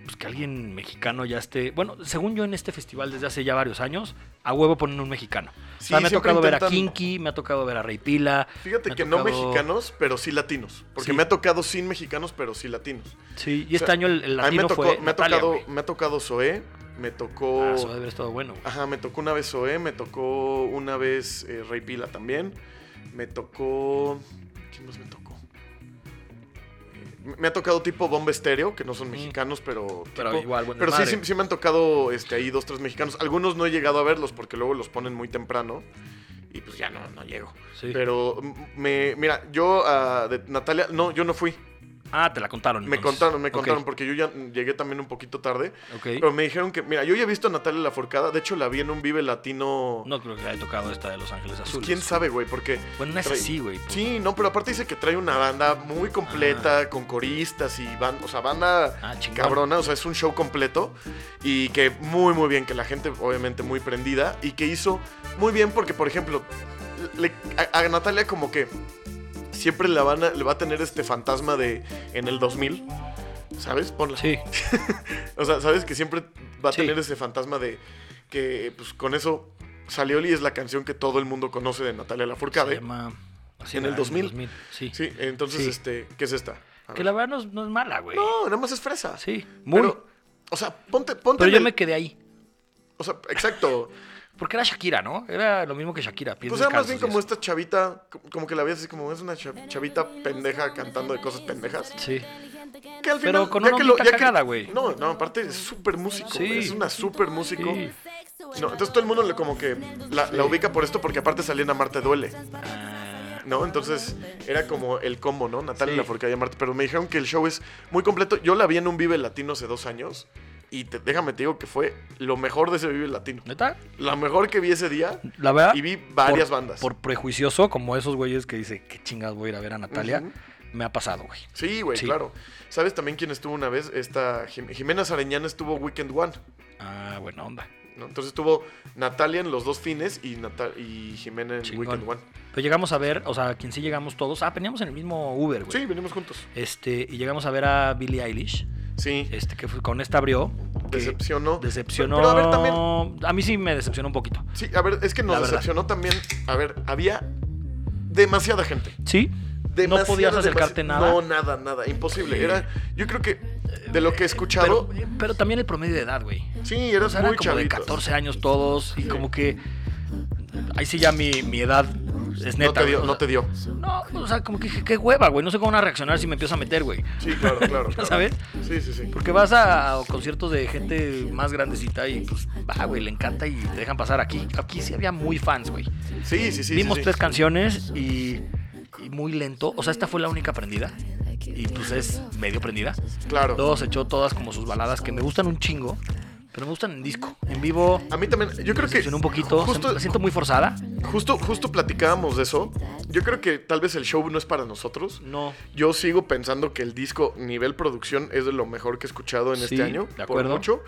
Speaker 1: Pues que alguien mexicano ya esté. Bueno, según yo en este festival desde hace ya varios años, a huevo ponen un mexicano. o
Speaker 2: Sí,
Speaker 1: sea, me ha
Speaker 2: siempre
Speaker 1: tocado ver a
Speaker 2: intentan-
Speaker 1: Kinky, me ha tocado ver a Rey Pila.
Speaker 2: Fíjate
Speaker 1: me ha
Speaker 2: que no
Speaker 1: tocado-
Speaker 2: mexicanos, pero sí latinos. Porque
Speaker 1: Sí.
Speaker 2: me ha tocado sin mexicanos, pero sí latinos.
Speaker 1: Sí, y este
Speaker 2: O sea,
Speaker 1: año el, el
Speaker 2: A mí
Speaker 1: latino
Speaker 2: me tocó,
Speaker 1: fue.
Speaker 2: me, ha
Speaker 1: Natalia,
Speaker 2: tocado,
Speaker 1: güey.
Speaker 2: me ha tocado Zoé, me tocó.
Speaker 1: Ah, eso debe haber estado bueno. güey.
Speaker 2: Ajá, me tocó una vez Zoé, me tocó una vez eh, Rey Pila también. Me tocó. ¿Quién más me tocó? Eh, me- Me ha tocado tipo Bomba Estéreo, que no son mexicanos, pero.
Speaker 1: Pero
Speaker 2: tipo-
Speaker 1: igual, buen
Speaker 2: Pero sí,
Speaker 1: desmadre.
Speaker 2: sí, sí me han tocado este, ahí dos, tres mexicanos. Algunos no he llegado a verlos porque luego los ponen muy temprano. Y pues ya no, no llego.
Speaker 1: Sí.
Speaker 2: Pero mm, me, mira, yo a de Natalia, no, yo no fui.
Speaker 1: Ah, te la contaron.
Speaker 2: Me
Speaker 1: entonces.
Speaker 2: contaron, me
Speaker 1: Ok,
Speaker 2: contaron, porque yo ya mm, llegué también un poquito tarde.
Speaker 1: ok.
Speaker 2: Pero me dijeron que, mira, yo ya he visto a Natalia Laforcada, de hecho la vi en un Vive Latino.
Speaker 1: No creo que haya tocado esta de Los Ángeles
Speaker 2: pues,
Speaker 1: Azules.
Speaker 2: ¿Quién sabe, güey? Porque.
Speaker 1: Bueno, no es
Speaker 2: trae-
Speaker 1: así, güey. pues.
Speaker 2: Sí, no, pero aparte dice que trae una banda muy completa, con coristas y banda, o sea, banda
Speaker 1: Ah, chingón.
Speaker 2: cabrona, o sea, es un show completo y que muy, muy bien, que la gente obviamente muy prendida y que hizo muy bien porque, por ejemplo, le- a, a Natalia como que siempre la van a- le va a tener este fantasma de en el 2000, ¿sabes? Ponla.
Speaker 1: Sí,
Speaker 2: O sea, ¿sabes? Que siempre va a
Speaker 1: Sí.
Speaker 2: tener ese fantasma de que pues con eso Salioli es la canción que todo el mundo conoce de Natalia
Speaker 1: Se
Speaker 2: Lafourcade.
Speaker 1: llama... así
Speaker 2: En
Speaker 1: era,
Speaker 2: el 2000.
Speaker 1: Sí.
Speaker 2: Sí, entonces
Speaker 1: Sí.
Speaker 2: este, ¿qué es esta? A
Speaker 1: Que
Speaker 2: ver.
Speaker 1: la verdad no es, no es mala, güey.
Speaker 2: No, nada más es fresa.
Speaker 1: Sí. Muy.
Speaker 2: Muy.
Speaker 1: Pero,
Speaker 2: o sea, ponte ponte en
Speaker 1: yo
Speaker 2: el-
Speaker 1: me quedé ahí.
Speaker 2: o sea, exacto.
Speaker 1: Porque era Shakira, ¿no? Era lo mismo que Shakira. pies
Speaker 2: Pues era
Speaker 1: descalzos
Speaker 2: más bien
Speaker 1: y
Speaker 2: como
Speaker 1: eso.
Speaker 2: esta chavita, co- como que la veías así como es una cha- chavita pendeja cantando de cosas pendejas.
Speaker 1: Sí.
Speaker 2: Que al
Speaker 1: Pero
Speaker 2: final,
Speaker 1: con
Speaker 2: ya
Speaker 1: una
Speaker 2: que lo-
Speaker 1: mica
Speaker 2: ya que-
Speaker 1: cagada, güey.
Speaker 2: No, no, aparte es súper músico,
Speaker 1: Sí.
Speaker 2: güey, es una súper músico.
Speaker 1: Sí.
Speaker 2: No, entonces todo el mundo le como que la, la ubica por esto porque aparte salía en Amarte Duele,
Speaker 1: Ah,
Speaker 2: ¿no? Entonces era como el combo, ¿no? Natalia
Speaker 1: Sí.
Speaker 2: Lafourcade y Amarte, pero me dijeron que el show es muy completo. Yo la vi en un Vive Latino hace dos años y te- déjame te digo que fue lo mejor de ese Vive Latino.
Speaker 1: ¿Neta?
Speaker 2: La mejor que vi ese día
Speaker 1: La verdad.
Speaker 2: y vi varias
Speaker 1: Ah, por-
Speaker 2: bandas.
Speaker 1: Por prejuicioso, como esos güeyes que dice, qué chingas voy a ir a ver a Natalia.
Speaker 2: Ujú.
Speaker 1: Me ha pasado, güey.
Speaker 2: Sí, güey,
Speaker 1: Sí.
Speaker 2: claro. ¿Sabes también quién estuvo una vez? Esta Jim- Jimena Sareñana estuvo Weekend One.
Speaker 1: Ah, buena onda.
Speaker 2: ¿no? Entonces estuvo Natalia en los dos fines y, Nata- y Jimena en
Speaker 1: Chingón.
Speaker 2: Weekend One.
Speaker 1: Pero llegamos a ver, o sea, quien sí llegamos todos. Ah, veníamos en el mismo Uber, güey.
Speaker 2: Sí, venimos juntos.
Speaker 1: Este, y llegamos a ver a Billie Eilish.
Speaker 2: Sí,
Speaker 1: Este, que fue- con esta abrió. que
Speaker 2: decepcionó.
Speaker 1: Decepcionó.
Speaker 2: Pero a ver, también.
Speaker 1: A mí sí me decepcionó un poquito.
Speaker 2: Sí, a ver, es que nos
Speaker 1: La verdad.
Speaker 2: decepcionó también. A ver, había demasiada gente.
Speaker 1: Sí.
Speaker 2: Demasiada,
Speaker 1: no podías acercarte
Speaker 2: demasi-
Speaker 1: nada.
Speaker 2: No, nada, nada. Imposible. Era, yo creo que de lo que he escuchado.
Speaker 1: pero, pero también el promedio de edad, güey.
Speaker 2: sí, eras
Speaker 1: O sea,
Speaker 2: muy
Speaker 1: eran como de
Speaker 2: chavitos.
Speaker 1: 14 años todos. Y como que. Ahí sí ya mi, mi edad es
Speaker 2: No
Speaker 1: neta.
Speaker 2: te dio,
Speaker 1: güey.
Speaker 2: no te dio.
Speaker 1: No, o sea, como que dije, qué hueva, güey. No sé cómo van a reaccionar si me empiezo a meter, güey.
Speaker 2: Sí, claro, claro. claro.
Speaker 1: ¿Sabes?
Speaker 2: Sí, sí, sí.
Speaker 1: Porque vas a, a conciertos de gente más grandecita y pues, va, güey, le encanta y te dejan pasar aquí. Aquí sí había muy fans, güey.
Speaker 2: Sí, sí, sí, sí.
Speaker 1: Vimos
Speaker 2: sí.
Speaker 1: tres canciones y, y muy lento. O sea, esta fue la única prendida. Y pues es medio prendida.
Speaker 2: Claro.
Speaker 1: Luego se echó todas como sus baladas que me gustan un chingo, pero me gustan en disco. En vivo,
Speaker 2: A mí también, yo creo que
Speaker 1: decepcionó un poquito. se-
Speaker 2: justo,
Speaker 1: la siento muy forzada.
Speaker 2: justo, justo platicábamos de eso. Yo creo que tal vez el show no es para nosotros.
Speaker 1: No.
Speaker 2: Yo sigo pensando que el disco nivel producción es de lo mejor que he escuchado en
Speaker 1: Sí,
Speaker 2: este año.
Speaker 1: de
Speaker 2: Por
Speaker 1: acuerdo.
Speaker 2: mucho.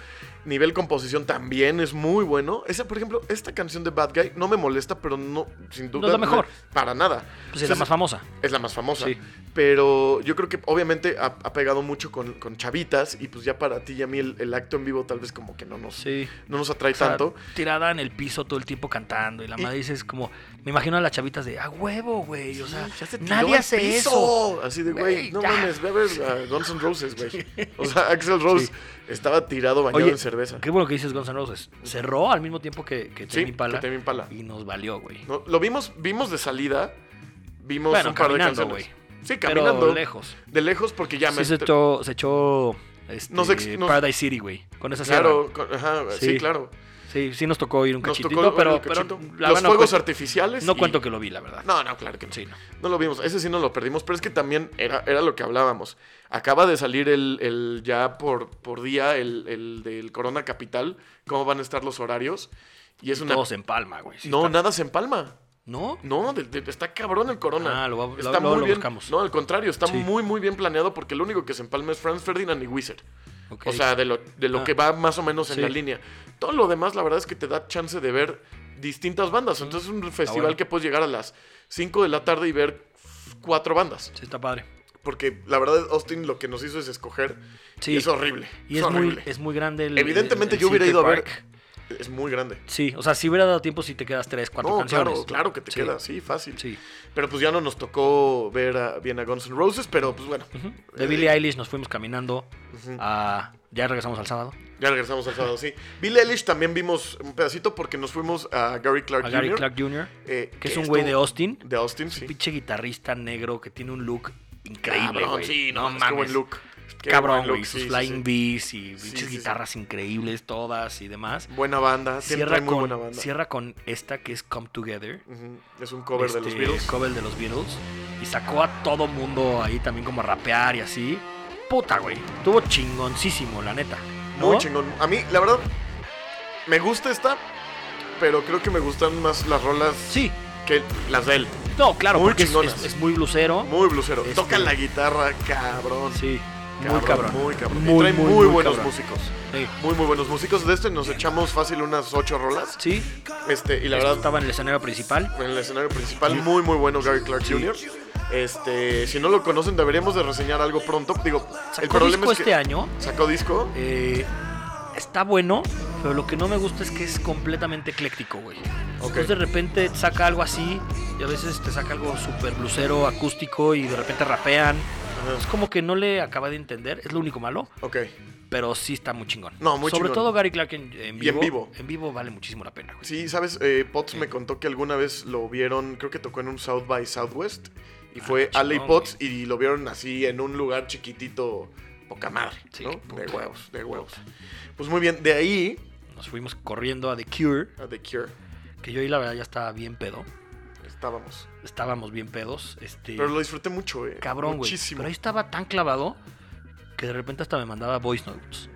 Speaker 2: Nivel composición también es muy bueno. Esa, por ejemplo, esta canción de Bad Guy no me molesta, pero no, sin duda.
Speaker 1: No es la mejor.
Speaker 2: Para nada.
Speaker 1: Pues es la
Speaker 2: Entonces,
Speaker 1: más famosa.
Speaker 2: es la más famosa.
Speaker 1: Sí.
Speaker 2: Pero yo creo que obviamente ha, ha pegado mucho con, con chavitas. Y pues ya para ti y a mí el, el acto en vivo tal vez como que no nos,
Speaker 1: Sí.
Speaker 2: no nos atrae
Speaker 1: O sea,
Speaker 2: tanto.
Speaker 1: tirada en el piso todo el tiempo cantando. Y la
Speaker 2: Y-
Speaker 1: madre dice, es como, me imagino a las chavitas de, a huevo, güey. O sea,
Speaker 2: Ya se tiró
Speaker 1: nadie
Speaker 2: al
Speaker 1: hace
Speaker 2: piso.
Speaker 1: eso.
Speaker 2: Así de,
Speaker 1: Güey,
Speaker 2: güey, no
Speaker 1: ya.
Speaker 2: mames, ve a ver a Guns N' Roses, güey. O sea, Axel Rose
Speaker 1: Sí.
Speaker 2: estaba tirado bañado en cerveza.
Speaker 1: Qué bueno que dices Guns N' Roses. Cerró al mismo tiempo que, que
Speaker 2: Sí,
Speaker 1: Tame Impala
Speaker 2: que Tame Impala.
Speaker 1: Y nos valió, güey.
Speaker 2: No, lo vimos, vimos de salida, vimos
Speaker 1: Bueno,
Speaker 2: un par de
Speaker 1: caminando,
Speaker 2: canciones. Sí, caminando.
Speaker 1: Pero lejos.
Speaker 2: De lejos porque ya me...
Speaker 1: Sí, se echó, se echó este,
Speaker 2: Nos ex- nos-
Speaker 1: Paradise City, güey. Con esa
Speaker 2: Claro, con- ajá, sí.
Speaker 1: Sí.
Speaker 2: claro.
Speaker 1: Sí, sí nos tocó ir un
Speaker 2: Nos
Speaker 1: cachitito,
Speaker 2: tocó el
Speaker 1: pero,
Speaker 2: cachito.
Speaker 1: pero la
Speaker 2: los
Speaker 1: verdad no
Speaker 2: fuegos
Speaker 1: cuento-
Speaker 2: artificiales.
Speaker 1: No
Speaker 2: y-
Speaker 1: cuento que lo vi, la verdad.
Speaker 2: No, no, claro que no.
Speaker 1: Sí, no.
Speaker 2: No lo vimos, ese sí no lo perdimos, pero es que también era, era lo que hablábamos. Acaba de salir el, el ya por, por día el, el del Corona Capital, cómo van a estar los horarios. Y es una...
Speaker 1: Todos en Palma, güey. Sí
Speaker 2: no,
Speaker 1: está-
Speaker 2: nada se empalma.
Speaker 1: ¿No?
Speaker 2: No, de- de- está cabrón el Corona.
Speaker 1: Ah, lo va- lo-
Speaker 2: está
Speaker 1: luego lo
Speaker 2: bien,
Speaker 1: buscamos.
Speaker 2: No, al contrario, está
Speaker 1: Sí.
Speaker 2: muy, muy bien planeado porque lo único que se empalma es Franz Ferdinand y Wizard.
Speaker 1: Ok.
Speaker 2: O sea, de lo, de lo
Speaker 1: Ah.
Speaker 2: que va más o menos en
Speaker 1: Sí.
Speaker 2: la línea. Todo lo demás, la verdad es que te da chance de ver distintas bandas. Entonces es un festival
Speaker 1: bueno.
Speaker 2: que puedes llegar a las 5 de la tarde y ver cuatro bandas.
Speaker 1: Sí, está padre.
Speaker 2: Porque la verdad, Austin lo que nos hizo es escoger.
Speaker 1: Sí.
Speaker 2: Y es horrible.
Speaker 1: Y es,
Speaker 2: es
Speaker 1: muy,
Speaker 2: horrible.
Speaker 1: es muy grande el.
Speaker 2: Evidentemente
Speaker 1: el- el
Speaker 2: yo hubiera
Speaker 1: Circle
Speaker 2: ido a ver.
Speaker 1: Park.
Speaker 2: Es muy grande.
Speaker 1: Sí, o sea, si hubiera dado tiempo si te quedas tres, cuatro
Speaker 2: No,
Speaker 1: canciones.
Speaker 2: claro, claro que te
Speaker 1: Sí,
Speaker 2: queda, sí, fácil.
Speaker 1: Sí.
Speaker 2: Pero pues ya no nos tocó ver a- bien a Guns N' Roses, pero pues bueno.
Speaker 1: De
Speaker 2: Eh,
Speaker 1: Billie Eilish nos fuimos caminando a. Ya regresamos al sábado.
Speaker 2: Ya regresamos al sábado, sí. Bill Eilish también vimos un pedacito porque nos fuimos a Gary Clark
Speaker 1: A Gary
Speaker 2: Jr.,
Speaker 1: Clark Jr.,
Speaker 2: eh,
Speaker 1: que es un güey de
Speaker 2: estuvo-
Speaker 1: Austin.
Speaker 2: De Austin, sí.
Speaker 1: Pinche guitarrista negro que tiene un look increíble,
Speaker 2: Cabrón,
Speaker 1: güey.
Speaker 2: sí, no, mames. Qué buen look. Qué
Speaker 1: Cabrón,
Speaker 2: buen look,
Speaker 1: güey. Sus
Speaker 2: sí, sí,
Speaker 1: flying
Speaker 2: sí.
Speaker 1: bees y pinches
Speaker 2: sí, sí.
Speaker 1: guitarras increíbles todas y demás.
Speaker 2: Buena banda. Siempre
Speaker 1: Cierra
Speaker 2: muy
Speaker 1: con,
Speaker 2: buena banda.
Speaker 1: cierra con esta que es Come Together.
Speaker 2: Ujú, Es un cover de los
Speaker 1: este,
Speaker 2: Beatles.
Speaker 1: Cover de los Beatles. Y sacó a todo mundo ahí también como a rapear y así. Puta, güey. Estuvo chingoncísimo, la neta. ¿no?
Speaker 2: Muy chingón. A mí, la verdad, me gusta esta, pero creo que me gustan más las rolas
Speaker 1: Sí.
Speaker 2: que las de él.
Speaker 1: No, claro,
Speaker 2: Muy
Speaker 1: porque es,
Speaker 2: chingonas.
Speaker 1: es- es muy blusero.
Speaker 2: Muy blusero.
Speaker 1: Este-
Speaker 2: Toca la guitarra, cabrón.
Speaker 1: sí. muy cabrón.
Speaker 2: Muy cabrón. Y
Speaker 1: Muy,
Speaker 2: trae muy,
Speaker 1: muy, muy
Speaker 2: buenos
Speaker 1: cabrón.
Speaker 2: músicos.
Speaker 1: Sí.
Speaker 2: Muy, muy buenos músicos. De esto nos echamos fácil unas ocho rolas.
Speaker 1: Sí.
Speaker 2: Este, y
Speaker 1: Esto
Speaker 2: la verdad,
Speaker 1: estaba en el escenario principal.
Speaker 2: en el escenario principal, muy, muy bueno Gary Clark Jr. Este, si no lo conocen, deberíamos de reseñar algo pronto. Digo, el
Speaker 1: Sacó
Speaker 2: problema
Speaker 1: disco
Speaker 2: es que
Speaker 1: este año.
Speaker 2: sacó disco.
Speaker 1: este Eh, está bueno, pero lo que no me gusta es que es completamente ecléctico, güey. Entonces de repente te saca algo así y a veces te saca algo súper blusero, acústico y de repente rapean. Es como que no le acaba de entender, es lo único malo,
Speaker 2: Ok.
Speaker 1: pero sí está muy chingón.
Speaker 2: No, muy
Speaker 1: Sobre
Speaker 2: chingón.
Speaker 1: todo Gary Clark en, en
Speaker 2: Y en
Speaker 1: vivo.
Speaker 2: vivo.
Speaker 1: En vivo vale muchísimo la pena, güey.
Speaker 2: Sí, sabes, eh, Potts me contó que alguna vez lo vieron, creo que tocó en un South by Southwest. Y fue
Speaker 1: Ah, chingón,
Speaker 2: Ale y Potts y lo vieron así en un lugar chiquitito, poca madre.
Speaker 1: Sí,
Speaker 2: ¿no?
Speaker 1: puta,
Speaker 2: De huevos, de huevos. Pues muy bien, de ahí
Speaker 1: Nos fuimos corriendo a The Cure,
Speaker 2: a The Cure
Speaker 1: que yo ahí la verdad ya estaba bien pedo.
Speaker 2: estábamos.
Speaker 1: Estábamos bien pedos. Este,
Speaker 2: Pero lo disfruté mucho, eh.
Speaker 1: cabrón, güey.
Speaker 2: Muchísimo.
Speaker 1: Pero ahí estaba tan clavado que de repente hasta me mandaba voice notes.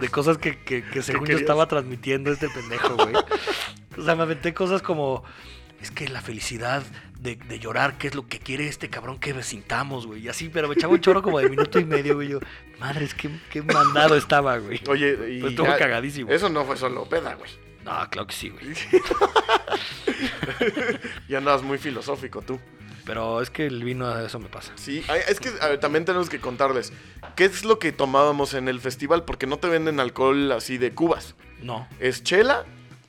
Speaker 1: De cosas que, que, que según yo
Speaker 2: querías?
Speaker 1: estaba transmitiendo este pendejo, güey. o sea, me aventé cosas como. Es que la felicidad de, de llorar, que es lo que quiere este cabrón que sintamos, güey. Y así, pero me echaba un choro como de minuto y medio, güey. Yo, madre, es que qué mandado estaba, güey.
Speaker 2: Oye, y.
Speaker 1: Pero Pues estuvo cagadísimo.
Speaker 2: Eso no fue solo peda, güey.
Speaker 1: No, claro que sí, güey.
Speaker 2: Ya andabas muy filosófico tú.
Speaker 1: Pero es que el vino a eso me pasa.
Speaker 2: Sí, ay, es que a ver, también tenemos que contarles. ¿Qué es lo que tomábamos en el festival? Porque no te venden alcohol así de cubas.
Speaker 1: No.
Speaker 2: Es chela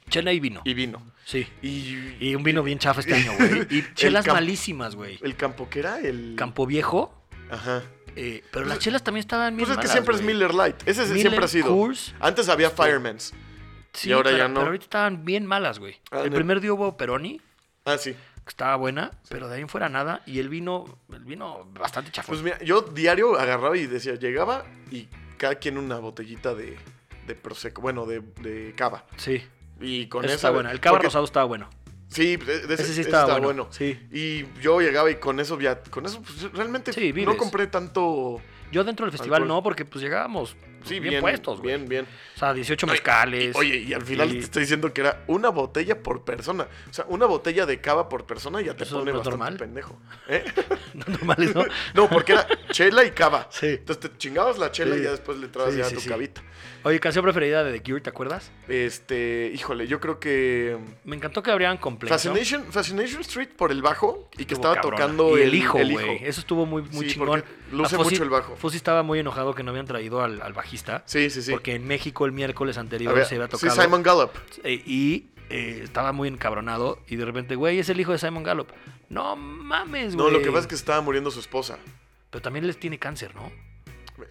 Speaker 1: Chela y vino.
Speaker 2: y vino.
Speaker 1: Sí.
Speaker 2: Y,
Speaker 1: Y un vino bien chafa este año, güey. Y
Speaker 2: El
Speaker 1: chelas
Speaker 2: camp-
Speaker 1: malísimas, güey.
Speaker 2: el campo que era el.
Speaker 1: Campo Viejo.
Speaker 2: Ajá.
Speaker 1: eh, pero las chelas también estaban bien
Speaker 2: Pues es que
Speaker 1: malas,
Speaker 2: siempre es
Speaker 1: güey.
Speaker 2: Miller Light. Ese es- siempre
Speaker 1: Miller,
Speaker 2: ha sido.
Speaker 1: Coors.
Speaker 2: Antes había Fireman's.
Speaker 1: Sí,
Speaker 2: y ahora
Speaker 1: pero,
Speaker 2: ya no.
Speaker 1: pero ahorita estaban bien malas, güey.
Speaker 2: Ah,
Speaker 1: el
Speaker 2: neta.
Speaker 1: primer día hubo Peroni, que
Speaker 2: Ah, sí.
Speaker 1: estaba buena, pero de ahí en fuera nada. Y el vino, el vino bastante chafón.
Speaker 2: Pues mira, yo diario agarraba y decía, llegaba y cada quien una botellita de, de Prosecco, bueno, de, de cava.
Speaker 1: sí,
Speaker 2: Y con
Speaker 1: esa
Speaker 2: esa.
Speaker 1: está buena. El cava
Speaker 2: porque-
Speaker 1: rosado estaba bueno.
Speaker 2: Sí, de- de-
Speaker 1: Ese
Speaker 2: ese
Speaker 1: sí
Speaker 2: ese
Speaker 1: estaba
Speaker 2: estaba
Speaker 1: bueno,
Speaker 2: bueno.
Speaker 1: sí.
Speaker 2: Y yo llegaba y con eso ya. Con eso, pues, realmente
Speaker 1: Sí, vives.
Speaker 2: no compré tanto.
Speaker 1: Yo dentro del festival
Speaker 2: Alcohol.
Speaker 1: no, porque pues llegábamos pues,
Speaker 2: Sí,
Speaker 1: bien,
Speaker 2: bien,
Speaker 1: puestos, güey.
Speaker 2: Bien, bien.
Speaker 1: O sea, 18 mezcales.
Speaker 2: Oye, y al final
Speaker 1: y-
Speaker 2: te estoy diciendo que era una botella por persona. O sea, una botella de cava por persona ya te
Speaker 1: Eso
Speaker 2: pone
Speaker 1: no es
Speaker 2: bastante
Speaker 1: normal.
Speaker 2: pendejo. ¿eh?
Speaker 1: no normales, ¿no?
Speaker 2: no, porque era chela y cava.
Speaker 1: Sí.
Speaker 2: Entonces te chingabas la chela
Speaker 1: Sí.
Speaker 2: y ya después le trabas
Speaker 1: Sí,
Speaker 2: ya
Speaker 1: sí,
Speaker 2: tu
Speaker 1: sí.
Speaker 2: cavita.
Speaker 1: Oye, canción preferida de The Cure, ¿te acuerdas?
Speaker 2: Este, híjole, yo creo que. mm,
Speaker 1: Me encantó que abrían completo.
Speaker 2: Fascination, Fascination Street por el bajo y
Speaker 1: Estuvo
Speaker 2: que estaba
Speaker 1: cabrona.
Speaker 2: tocando
Speaker 1: Y
Speaker 2: el,
Speaker 1: el hijo,
Speaker 2: el
Speaker 1: güey. Eso estuvo muy, muy
Speaker 2: Sí,
Speaker 1: chingón. Ah,
Speaker 2: porque luce
Speaker 1: A
Speaker 2: mucho el bajo.
Speaker 1: Fuzzy estaba muy enojado que no habían traído al, al bajista.
Speaker 2: Sí, sí, sí.
Speaker 1: Porque en México el miércoles anterior
Speaker 2: Había-
Speaker 1: se había
Speaker 2: sí,
Speaker 1: tocado.
Speaker 2: Simon Gallup.
Speaker 1: eh, y eh, estaba muy encabronado. Y de repente, güey, es el hijo de Simon Gallup. No mames,
Speaker 2: No,
Speaker 1: güey.
Speaker 2: lo que pasa es que estaba muriendo su esposa.
Speaker 1: Pero también les tiene cáncer, ¿no?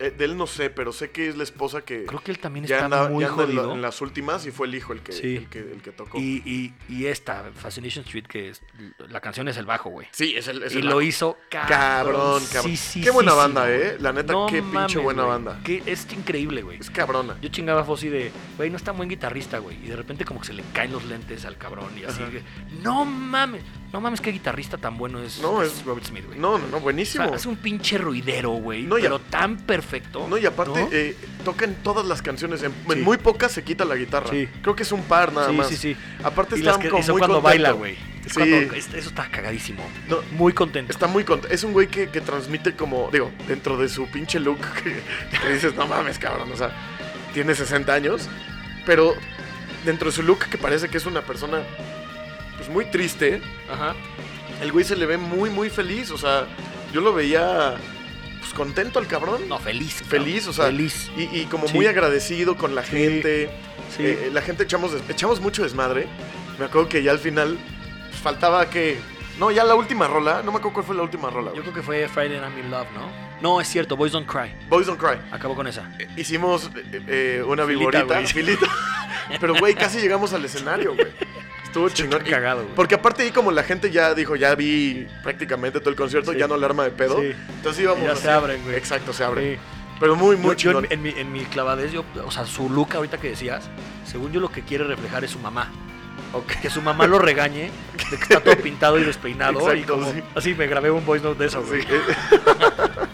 Speaker 2: Eh, de él no sé, pero sé que es la esposa que
Speaker 1: Creo que él también
Speaker 2: ya
Speaker 1: está
Speaker 2: andaba-
Speaker 1: muy
Speaker 2: ya anda en, la-
Speaker 1: jodido.
Speaker 2: en las últimas y fue el hijo el que,
Speaker 1: Sí.
Speaker 2: el que, el que tocó.
Speaker 1: y, y, y esta, Fascination Street, que es, la canción es el bajo, güey.
Speaker 2: sí, es el, es
Speaker 1: Y
Speaker 2: el
Speaker 1: lo
Speaker 2: bajo.
Speaker 1: hizo
Speaker 2: Cabrón, cabrón. Qué buena banda, ¿eh? La neta, qué pinche buena
Speaker 1: güey.
Speaker 2: banda.
Speaker 1: Qué- es increíble, güey.
Speaker 2: Es cabrona.
Speaker 1: Yo chingaba a Fossi de, güey, no es tan buen guitarrista, güey. Y de repente como que se le caen los lentes al cabrón y así.
Speaker 2: Ajá.
Speaker 1: güey, No mames, no mames, qué guitarrista tan bueno es,
Speaker 2: No,
Speaker 1: es
Speaker 2: es-
Speaker 1: Robert Smith, güey.
Speaker 2: No, no, no,
Speaker 1: O sea,
Speaker 2: buenísimo.
Speaker 1: hace un pinche ruidero, güey,
Speaker 2: No, y a-
Speaker 1: pero tan perfecto.
Speaker 2: No, y aparte,
Speaker 1: ¿no?
Speaker 2: eh, toca en todas las canciones. En, en
Speaker 1: Sí.
Speaker 2: muy pocas se quita la guitarra.
Speaker 1: Sí.
Speaker 2: Creo que es un par nada
Speaker 1: sí,
Speaker 2: más.
Speaker 1: sí, sí.
Speaker 2: Aparte,
Speaker 1: Y,
Speaker 2: están
Speaker 1: las que,
Speaker 2: como
Speaker 1: eso
Speaker 2: muy
Speaker 1: cuando
Speaker 2: contento.
Speaker 1: baila, güey. Es
Speaker 2: Sí.
Speaker 1: cuando- es- eso está cagadísimo.
Speaker 2: No,
Speaker 1: Muy contento.
Speaker 2: Está muy contento. Es un güey que, que transmite como, digo, dentro de su pinche look, que, que dices, no mames, cabrón, o sea, tiene 60 años, pero dentro de su look que parece que es una persona, pues muy triste,
Speaker 1: Ajá.
Speaker 2: el güey se le ve muy, muy feliz, o sea, yo lo veía, pues contento al cabrón.
Speaker 1: No, feliz. cabrón.
Speaker 2: Feliz, o sea,
Speaker 1: Feliz.
Speaker 2: Y, y como
Speaker 1: Sí.
Speaker 2: muy agradecido con la gente.
Speaker 1: Sí.
Speaker 2: Eh, la gente echamos, des- echamos mucho desmadre. Me acuerdo que ya al final pues, faltaba que... No, ya la última rola. No me acuerdo cuál fue la última rola.
Speaker 1: Yo
Speaker 2: güey.
Speaker 1: creo que fue Friday Night in Love, ¿no? No, es cierto, Boys Don't Cry.
Speaker 2: Boys Don't Cry.
Speaker 1: Acabó con esa.
Speaker 2: Hicimos eh, eh, una
Speaker 1: Filita,
Speaker 2: viborita,
Speaker 1: güey.
Speaker 2: filita. Pero, güey, casi llegamos al escenario, güey. Estuvo chingón.
Speaker 1: Está cagado, güey.
Speaker 2: Porque aparte ahí como la gente ya dijo, ya vi prácticamente todo el concierto,
Speaker 1: Sí.
Speaker 2: ya no le arma de pedo.
Speaker 1: Sí.
Speaker 2: Entonces íbamos
Speaker 1: Ya
Speaker 2: así.
Speaker 1: se abren, güey.
Speaker 2: Exacto, se abren.
Speaker 1: Sí.
Speaker 2: Pero muy,
Speaker 1: Yo- yo
Speaker 2: muy chingón.
Speaker 1: en, en mi, en mi clavadez, yo, o sea, su look ahorita que decías, según yo lo que quiere reflejar es su mamá. Que su mamá lo regañe, de que está todo pintado y despeinado. y
Speaker 2: Exacto,
Speaker 1: como-
Speaker 2: sí.
Speaker 1: Así me grabé un voice note de eso, güey.
Speaker 2: Sí, eh,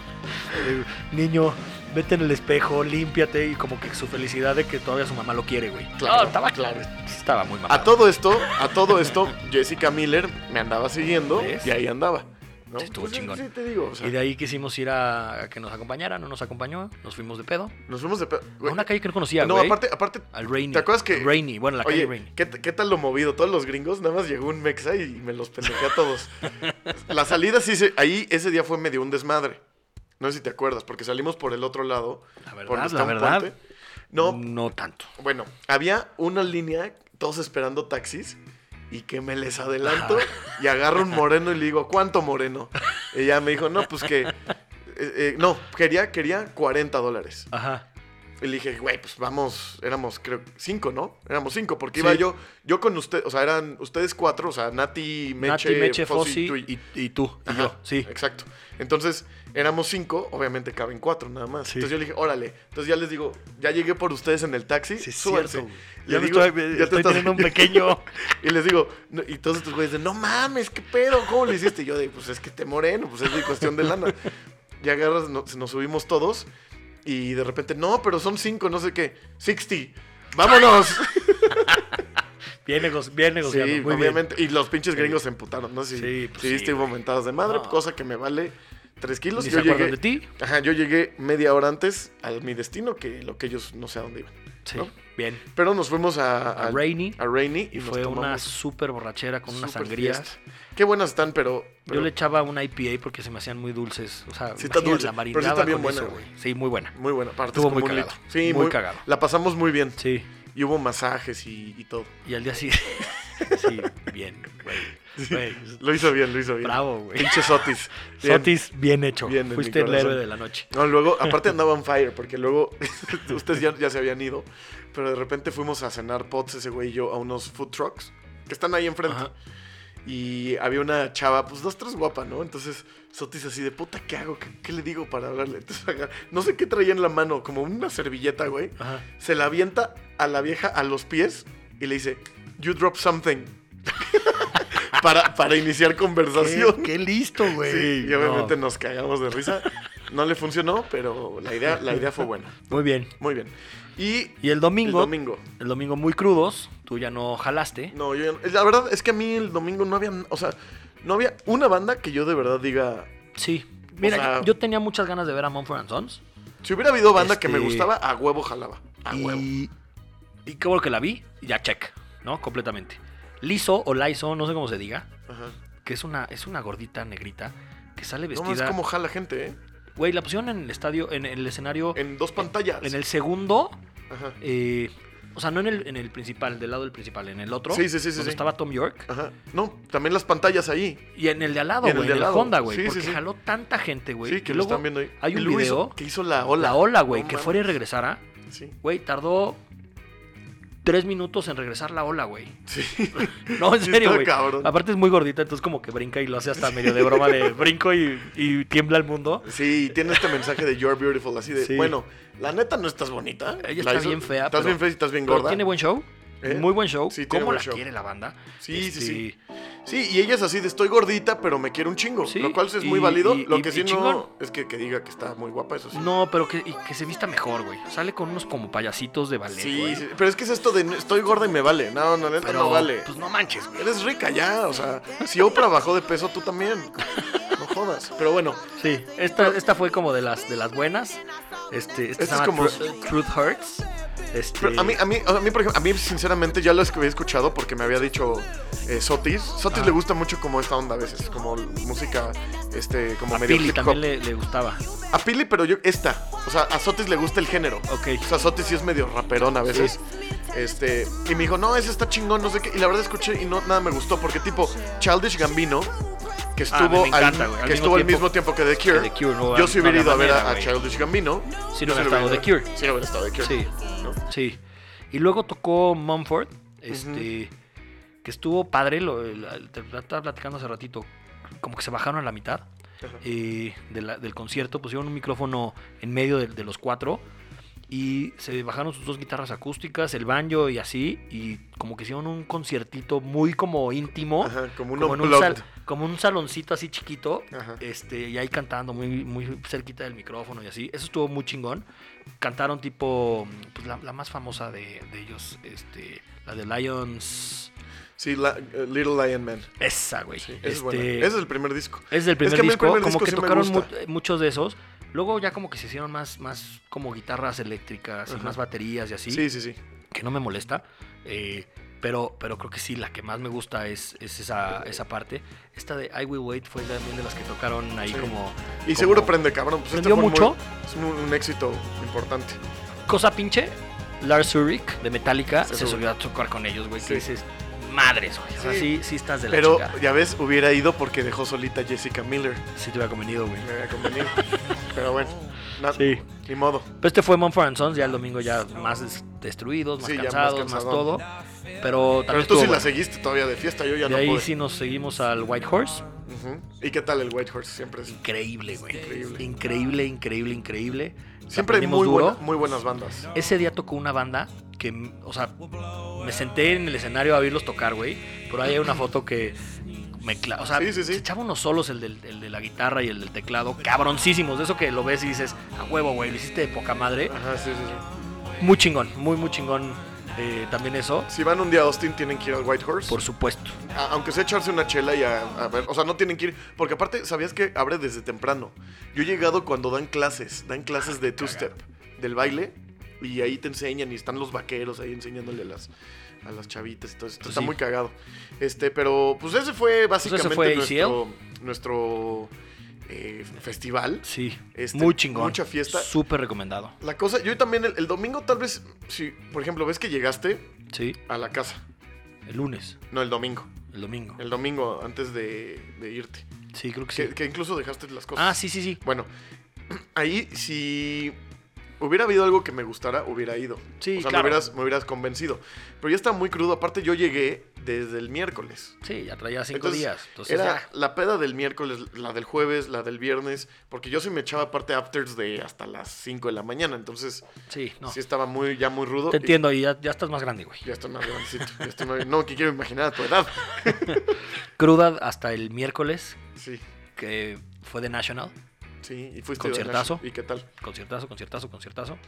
Speaker 1: Eh, Niño, vete en el espejo, límpiate y como que su felicidad de que todavía su mamá lo quiere, güey.
Speaker 2: Claro,
Speaker 1: No, estaba
Speaker 2: claro. Ah,
Speaker 1: Estaba muy mamá.
Speaker 2: A todo esto, a todo esto, Jessica Miller me andaba siguiendo
Speaker 1: ¿Ves?
Speaker 2: y ahí andaba. ¿no?
Speaker 1: Sí, estuvo
Speaker 2: Pues,
Speaker 1: chingón.
Speaker 2: Sí, te digo. o sea,
Speaker 1: Y de ahí quisimos ir a, a que nos acompañara, no nos acompañó, nos fuimos de pedo.
Speaker 2: Nos fuimos de... pe-
Speaker 1: A una calle que no conocía,
Speaker 2: no,
Speaker 1: güey.
Speaker 2: aparte, aparte
Speaker 1: Al Rainy.
Speaker 2: ¿Te acuerdas que-
Speaker 1: Rainy, bueno, la calle
Speaker 2: Oye,
Speaker 1: Rainy.
Speaker 2: ¿qué, t- qué tal lo movido? Todos los gringos, nada más llegó un mexa y me los pendejé a todos. la salida sí se... Ahí ese día fue medio un desmadre. No sé si te acuerdas, porque salimos por el otro lado.
Speaker 1: La
Speaker 2: por
Speaker 1: verdad,
Speaker 2: donde
Speaker 1: la
Speaker 2: está un
Speaker 1: verdad. Mm.
Speaker 2: puente. No,
Speaker 1: No tanto.
Speaker 2: bueno, había una línea, todos esperando taxis, y que me les adelanto y agarro un moreno y le digo, ¿cuánto moreno? Ella me dijo, no, pues que... eh, eh, no, quería, quería 40 dólares.
Speaker 1: Ajá.
Speaker 2: Y le dije, güey, pues vamos, éramos, creo, cinco, ¿no? Éramos cinco, porque
Speaker 1: Sí.
Speaker 2: iba yo, yo con usted, o sea, eran ustedes cuatro, o sea, Nati, Meche,
Speaker 1: Nati, Meche, Fossi
Speaker 2: Fossi, tú y-
Speaker 1: y, y tú. Y
Speaker 2: Ajá,
Speaker 1: yo, sí.
Speaker 2: Exacto. Entonces, éramos cinco, obviamente caben cuatro nada más.
Speaker 1: Sí.
Speaker 2: Entonces yo le dije, órale. Entonces ya les digo, ya llegué por ustedes en el taxi.
Speaker 1: Sí, es
Speaker 2: súbanse.
Speaker 1: cierto.
Speaker 2: Le
Speaker 1: Ya me
Speaker 2: digo,
Speaker 1: estoy-
Speaker 2: te
Speaker 1: estoy
Speaker 2: estás-
Speaker 1: teniendo un pequeño-
Speaker 2: y les digo, no- y todos estos güeyes de, no mames, qué pedo, ¿cómo le hiciste? Y yo de, pues es que te moreno, pues es de cuestión de lana. Y agarras, no- nos subimos todos y de repente, no, pero son cinco, no sé qué, 60. ¡Vámonos!
Speaker 1: Bien, nego- bien
Speaker 2: Sí,
Speaker 1: negociado. muy
Speaker 2: obviamente. Y los pinches gringos se emputaron, ¿no? Si,
Speaker 1: Sí, pues
Speaker 2: si
Speaker 1: sí,
Speaker 2: viste
Speaker 1: güey.
Speaker 2: hubo mentadas de madre,
Speaker 1: No.
Speaker 2: cosa que me vale 3
Speaker 1: Bien.
Speaker 2: kilos.
Speaker 1: Ni
Speaker 2: Yo
Speaker 1: se acuerdan
Speaker 2: llegué,
Speaker 1: de ti.
Speaker 2: Ajá, yo llegué media hora antes a mi destino que lo que ellos no sé a dónde iban.
Speaker 1: Sí,
Speaker 2: ¿no?
Speaker 1: bien.
Speaker 2: Pero nos fuimos a,
Speaker 1: A Rainy.
Speaker 2: a Rainy y,
Speaker 1: Y
Speaker 2: nos
Speaker 1: fue una
Speaker 2: tomamos
Speaker 1: súper borrachera con unas
Speaker 2: súper
Speaker 1: sangrías.
Speaker 2: fiesta. Qué buenas están, pero. pero
Speaker 1: Yo le echaba una IPA porque se me hacían muy dulces. O sea,
Speaker 2: Sí está
Speaker 1: imagínate,
Speaker 2: dulce,
Speaker 1: la
Speaker 2: pero sí
Speaker 1: marinaba
Speaker 2: está bien
Speaker 1: con
Speaker 2: buena,
Speaker 1: eso,
Speaker 2: güey.
Speaker 1: güey. Sí, muy buena.
Speaker 2: Muy buena, aparte.
Speaker 1: Estuvo
Speaker 2: es como
Speaker 1: muy
Speaker 2: un
Speaker 1: cagado,
Speaker 2: litro. Sí,
Speaker 1: muy
Speaker 2: muy,
Speaker 1: cagado.
Speaker 2: La pasamos muy bien.
Speaker 1: Sí.
Speaker 2: Y hubo masajes y, y todo.
Speaker 1: Y al día siguiente. sí, bien, güey. Güey,
Speaker 2: Lo hizo bien, lo hizo bien.
Speaker 1: Bravo, güey.
Speaker 2: Pinche Sotis. Bien.
Speaker 1: Sotis, bien hecho.
Speaker 2: Bien, en mi
Speaker 1: Fuiste el héroe
Speaker 2: corazón.
Speaker 1: de la noche.
Speaker 2: No, luego, aparte andaba on fire, porque luego ustedes ya, ya se habían ido, pero de repente fuimos a cenar pots ese güey y yo a unos food trucks que están ahí enfrente.
Speaker 1: Ajá.
Speaker 2: Y había una chava, pues dos, tres guapa, ¿no? Entonces Sotis así de puta, ¿qué hago? ¿Qué, qué le digo para hablarle? Entonces, agar- no sé qué traía en la mano, como una servilleta, güey.
Speaker 1: Ajá.
Speaker 2: Se la avienta a la vieja a los pies y le dice, You drop something. para, para iniciar conversación.
Speaker 1: listo,
Speaker 2: Sí, y obviamente
Speaker 1: No,
Speaker 2: nos cagamos de risa. No le funcionó, pero la idea, la idea fue buena.
Speaker 1: Muy bien.
Speaker 2: Muy bien. Y
Speaker 1: Y el domingo,
Speaker 2: el domingo.
Speaker 1: el domingo muy crudos, tú ya no jalaste.
Speaker 2: No, yo ya- la verdad es que a mí el domingo no había, o sea, no había una banda que yo de verdad diga,
Speaker 1: Sí. Mira,
Speaker 2: O sea-
Speaker 1: yo tenía muchas ganas de ver a Mumford and Sons.
Speaker 2: si hubiera habido banda que me
Speaker 1: Este-
Speaker 2: gustaba, a huevo jalaba, a Ah, huevo.
Speaker 1: y, y qué bueno que la vi, y ya check, ¿no? Completamente. Liso o Liso, no sé cómo se diga,
Speaker 2: Ajá.
Speaker 1: que es una, es una gordita negrita que sale
Speaker 2: No es
Speaker 1: vestida.
Speaker 2: como jala gente, ¿eh?
Speaker 1: Güey, la pusieron en el estadio, en el escenario, en,
Speaker 2: En dos pantallas.
Speaker 1: el segundo,
Speaker 2: Ajá.
Speaker 1: eh, o sea, no en el, en el principal, del lado del principal, en el otro.
Speaker 2: Sí, sí, sí, sí,
Speaker 1: donde
Speaker 2: sí.
Speaker 1: estaba Tom York.
Speaker 2: Ajá. No, también las pantallas ahí.
Speaker 1: Y en el de al lado,
Speaker 2: Y en el
Speaker 1: güey,
Speaker 2: de
Speaker 1: en
Speaker 2: al
Speaker 1: el
Speaker 2: lado.
Speaker 1: Honda, güey,
Speaker 2: Sí, sí,
Speaker 1: porque
Speaker 2: sí.
Speaker 1: jaló tanta gente, güey.
Speaker 2: sí, que
Speaker 1: Y
Speaker 2: lo
Speaker 1: luego
Speaker 2: están viendo ahí.
Speaker 1: Hay
Speaker 2: Y
Speaker 1: un
Speaker 2: luego hizo-
Speaker 1: video,
Speaker 2: que hizo la ola.
Speaker 1: la ola, güey,
Speaker 2: No
Speaker 1: que
Speaker 2: mames.
Speaker 1: fuera y regresara.
Speaker 2: Sí.
Speaker 1: Güey, tardó tres minutos en regresar la ola, güey.
Speaker 2: Sí.
Speaker 1: No, en
Speaker 2: Sí,
Speaker 1: serio,
Speaker 2: está
Speaker 1: güey.
Speaker 2: cabrón.
Speaker 1: Aparte es muy gordita, entonces como que brinca y lo hace hasta medio de broma de brinco y, y tiembla el mundo.
Speaker 2: Sí, y tiene este mensaje de You're Beautiful, así de,
Speaker 1: Sí.
Speaker 2: bueno, la neta no estás bonita.
Speaker 1: Ella
Speaker 2: La
Speaker 1: está
Speaker 2: hizo-
Speaker 1: bien fea,
Speaker 2: Estás
Speaker 1: pero-
Speaker 2: bien fea y estás bien
Speaker 1: Pero
Speaker 2: gorda.
Speaker 1: tiene buen show,
Speaker 2: ¿Eh?
Speaker 1: muy buen show.
Speaker 2: Sí, tiene
Speaker 1: ¿Cómo
Speaker 2: buen
Speaker 1: la
Speaker 2: show.
Speaker 1: quiere la banda?
Speaker 2: Sí, sí, sí.
Speaker 1: Este,
Speaker 2: Sí, y ella es así de, estoy gordita, pero me quiero un chingo.
Speaker 1: Sí,
Speaker 2: lo cual sí es
Speaker 1: y-
Speaker 2: muy válido.
Speaker 1: y-
Speaker 2: lo
Speaker 1: y-
Speaker 2: que
Speaker 1: y
Speaker 2: sí
Speaker 1: chingón.
Speaker 2: no es que, que diga que está muy guapa, eso sí.
Speaker 1: No, pero que, y que se vista mejor, güey. Sale con unos como payasitos de ballet,
Speaker 2: sí,
Speaker 1: güey.
Speaker 2: sí, pero es que es esto de, estoy gorda y me vale. No, no, neta
Speaker 1: Pero,
Speaker 2: no vale.
Speaker 1: pues no manches, güey.
Speaker 2: Eres rica ya, o sea, si Oprah bajó de peso, tú también. No jodas. Pero bueno,
Speaker 1: Sí, esta, esta fue como de las, de las buenas. Este, esta
Speaker 2: Esta es
Speaker 1: se llama
Speaker 2: como-
Speaker 1: Tru- Truth Hurts. Este,
Speaker 2: Pero a mí, a mí, a mí, por ejemplo, a mí sinceramente ya lo es que había escuchado porque me había dicho eh, Sotis. Sotis
Speaker 1: Ah.
Speaker 2: le gusta mucho como esta onda a veces, como l- música, este, como
Speaker 1: a
Speaker 2: medio
Speaker 1: Pili
Speaker 2: hip hop.
Speaker 1: también le, le gustaba.
Speaker 2: A Pili, pero yo esta, o sea, a Sotis le gusta el género.
Speaker 1: Ok.
Speaker 2: O sea, Sotis sí es medio raperón a veces. Este, y me dijo, no, ese está chingón, no sé qué. Y la verdad escuché y no, nada me gustó porque tipo Childish Gambino, que
Speaker 1: Ah, me- me
Speaker 2: estuvo,
Speaker 1: encanta,
Speaker 2: al,
Speaker 1: güey.
Speaker 2: que estuvo al mismo tiempo que The Cure,
Speaker 1: que The Cure, no,
Speaker 2: yo
Speaker 1: no
Speaker 2: sí hubiera
Speaker 1: había
Speaker 2: ido a ver
Speaker 1: manera,
Speaker 2: a, a
Speaker 1: güey.
Speaker 2: Childish Gambino.
Speaker 1: Sí,
Speaker 2: Yo
Speaker 1: no hubiera
Speaker 2: lo
Speaker 1: estado The
Speaker 2: ido a ver.
Speaker 1: Cure.
Speaker 2: Sí, no hubiera estado The Cure.
Speaker 1: Sí.
Speaker 2: ¿no?
Speaker 1: Sí. Y luego tocó Mumford, este, que estuvo padre, lo, la- te la estaba platicando hace ratito, como que se bajaron a la mitad eh, de la- del concierto, pusieron un micrófono en medio de, de los cuatro y se bajaron sus dos guitarras acústicas, el banjo y así, y como que hicieron un conciertito muy como íntimo.
Speaker 2: Ajá, como un
Speaker 1: Como en un,
Speaker 2: unplugged.
Speaker 1: sal- como en un saloncito así chiquito,
Speaker 2: Ajá.
Speaker 1: este, y ahí cantando muy, muy cerquita del micrófono y así. Eso estuvo muy chingón. Cantaron tipo, pues la, la más famosa de, de ellos, este, la de Lions.
Speaker 2: Sí, la- eh, Little Lion Man.
Speaker 1: Esa, güey.
Speaker 2: Sí,
Speaker 1: Este,
Speaker 2: es buena. Ese es el primer disco.
Speaker 1: es del primer
Speaker 2: que a mí el
Speaker 1: disco,
Speaker 2: primer
Speaker 1: como
Speaker 2: disco
Speaker 1: que
Speaker 2: sí me
Speaker 1: tocaron
Speaker 2: gusta.
Speaker 1: mu- eh, muchos de esos. Luego ya como que se hicieron más, más como guitarras eléctricas y
Speaker 2: Ajá.
Speaker 1: más baterías y así,
Speaker 2: Sí, sí, sí.
Speaker 1: que no me molesta. eh, pero, pero creo que sí, la que más me gusta es, es esa, esa parte. Esta de I Will Wait fue también de las que tocaron ahí
Speaker 2: Sí.
Speaker 1: como...
Speaker 2: Y
Speaker 1: como-
Speaker 2: seguro prende, cabrón. Pues este
Speaker 1: ¿Prendió
Speaker 2: fue muy-
Speaker 1: mucho?
Speaker 2: es un, un éxito importante.
Speaker 1: Cosa pinche, Lars Ulrich de Metallica
Speaker 2: Se
Speaker 1: se,
Speaker 2: subió.
Speaker 1: subió a tocar con ellos, güey.
Speaker 2: Sí.
Speaker 1: Que dices, madres, güey. O sea,
Speaker 2: Sí.
Speaker 1: sí. sí estás de la
Speaker 2: Pero
Speaker 1: chingada.
Speaker 2: ya ves, hubiera ido porque dejó solita a Jessica Miller.
Speaker 1: Sí te hubiera convenido, güey.
Speaker 2: Me había convenido. Pero bueno, na-
Speaker 1: Sí.
Speaker 2: ni modo.
Speaker 1: Pero este fue Mumford and Sons, ya el domingo ya más des- destruidos, más
Speaker 2: Sí, ya más
Speaker 1: cansados, más,
Speaker 2: cansadón.
Speaker 1: todo. Pero también
Speaker 2: Pero
Speaker 1: estuvo
Speaker 2: tú sí
Speaker 1: bueno.
Speaker 2: la seguiste todavía de fiesta, yo ya
Speaker 1: De
Speaker 2: no
Speaker 1: ahí
Speaker 2: pude.
Speaker 1: sí nos seguimos al White Horse.
Speaker 2: Ujú. ¿Y qué tal el White Horse? Siempre es-
Speaker 1: Increíble, güey.
Speaker 2: Increíble.
Speaker 1: Increíble, increíble, increíble. increíble. La
Speaker 2: Siempre hay
Speaker 1: aprendimos
Speaker 2: muy,
Speaker 1: duro.
Speaker 2: buena- muy buenas bandas.
Speaker 1: Ese día tocó una banda que, m- o sea, me senté en el escenario a verlos tocar, güey. Por ahí hay una foto que me cla- O sea,
Speaker 2: Sí, sí, sí.
Speaker 1: se echaba unos solos, el, del- el de la guitarra y el del teclado, cabroncísimos. De eso que lo ves y dices, a huevo, güey, lo hiciste de poca madre.
Speaker 2: Ajá, sí, sí, sí.
Speaker 1: Muy chingón, muy, muy chingón eh, también eso.
Speaker 2: Si van un día a Austin, tienen que ir al White Horse.
Speaker 1: Por supuesto.
Speaker 2: A- aunque sea echarse una chela y a, a ver, o sea, no tienen que ir, porque aparte, ¿sabías que abre desde temprano? Yo he llegado cuando dan clases, dan
Speaker 1: Ah,
Speaker 2: clases de two-step, del baile, y ahí te enseñan, y están los vaqueros ahí enseñándole a las, a las chavitas, entonces está
Speaker 1: Pues Sí.
Speaker 2: muy cagado. Este, pero pues ese fue básicamente
Speaker 1: fue
Speaker 2: nuestro, nuestro eh, festival.
Speaker 1: Sí.
Speaker 2: Este,
Speaker 1: muy chingón.
Speaker 2: mucha fiesta.
Speaker 1: Súper recomendado.
Speaker 2: La cosa, yo también el, el domingo tal vez, si, por ejemplo, ves que llegaste
Speaker 1: Sí.
Speaker 2: a la casa,
Speaker 1: El lunes,
Speaker 2: no el domingo,
Speaker 1: el domingo.
Speaker 2: el domingo antes de, de irte.
Speaker 1: Sí, creo que sí.
Speaker 2: Que, que incluso dejaste las cosas.
Speaker 1: Ah, sí, sí, sí.
Speaker 2: Bueno, ahí si hubiera habido algo que me gustara, hubiera ido.
Speaker 1: Sí,
Speaker 2: o sea, me,
Speaker 1: claro.
Speaker 2: hubieras, me hubieras convencido. Pero ya está muy crudo. Aparte, yo llegué desde el miércoles.
Speaker 1: Sí, ya traía cinco
Speaker 2: Entonces,
Speaker 1: días. Entonces,
Speaker 2: era
Speaker 1: ya.
Speaker 2: la peda del miércoles, la del jueves, la del viernes, porque yo sí me echaba parte afters de hasta las 5 de la mañana, entonces
Speaker 1: Sí, no.
Speaker 2: sí estaba muy ya muy rudo.
Speaker 1: Te
Speaker 2: y-
Speaker 1: entiendo, y ya, ya estás más grande, güey.
Speaker 2: Ya estoy más grandecito, ya estoy más- No, que quiero imaginar a tu edad.
Speaker 1: Cruda hasta el miércoles,
Speaker 2: Sí,
Speaker 1: que fue de National.
Speaker 2: sí, y fuiste.
Speaker 1: Conciertazo.
Speaker 2: ¿Y qué tal?
Speaker 1: Conciertazo, conciertazo, conciertazo.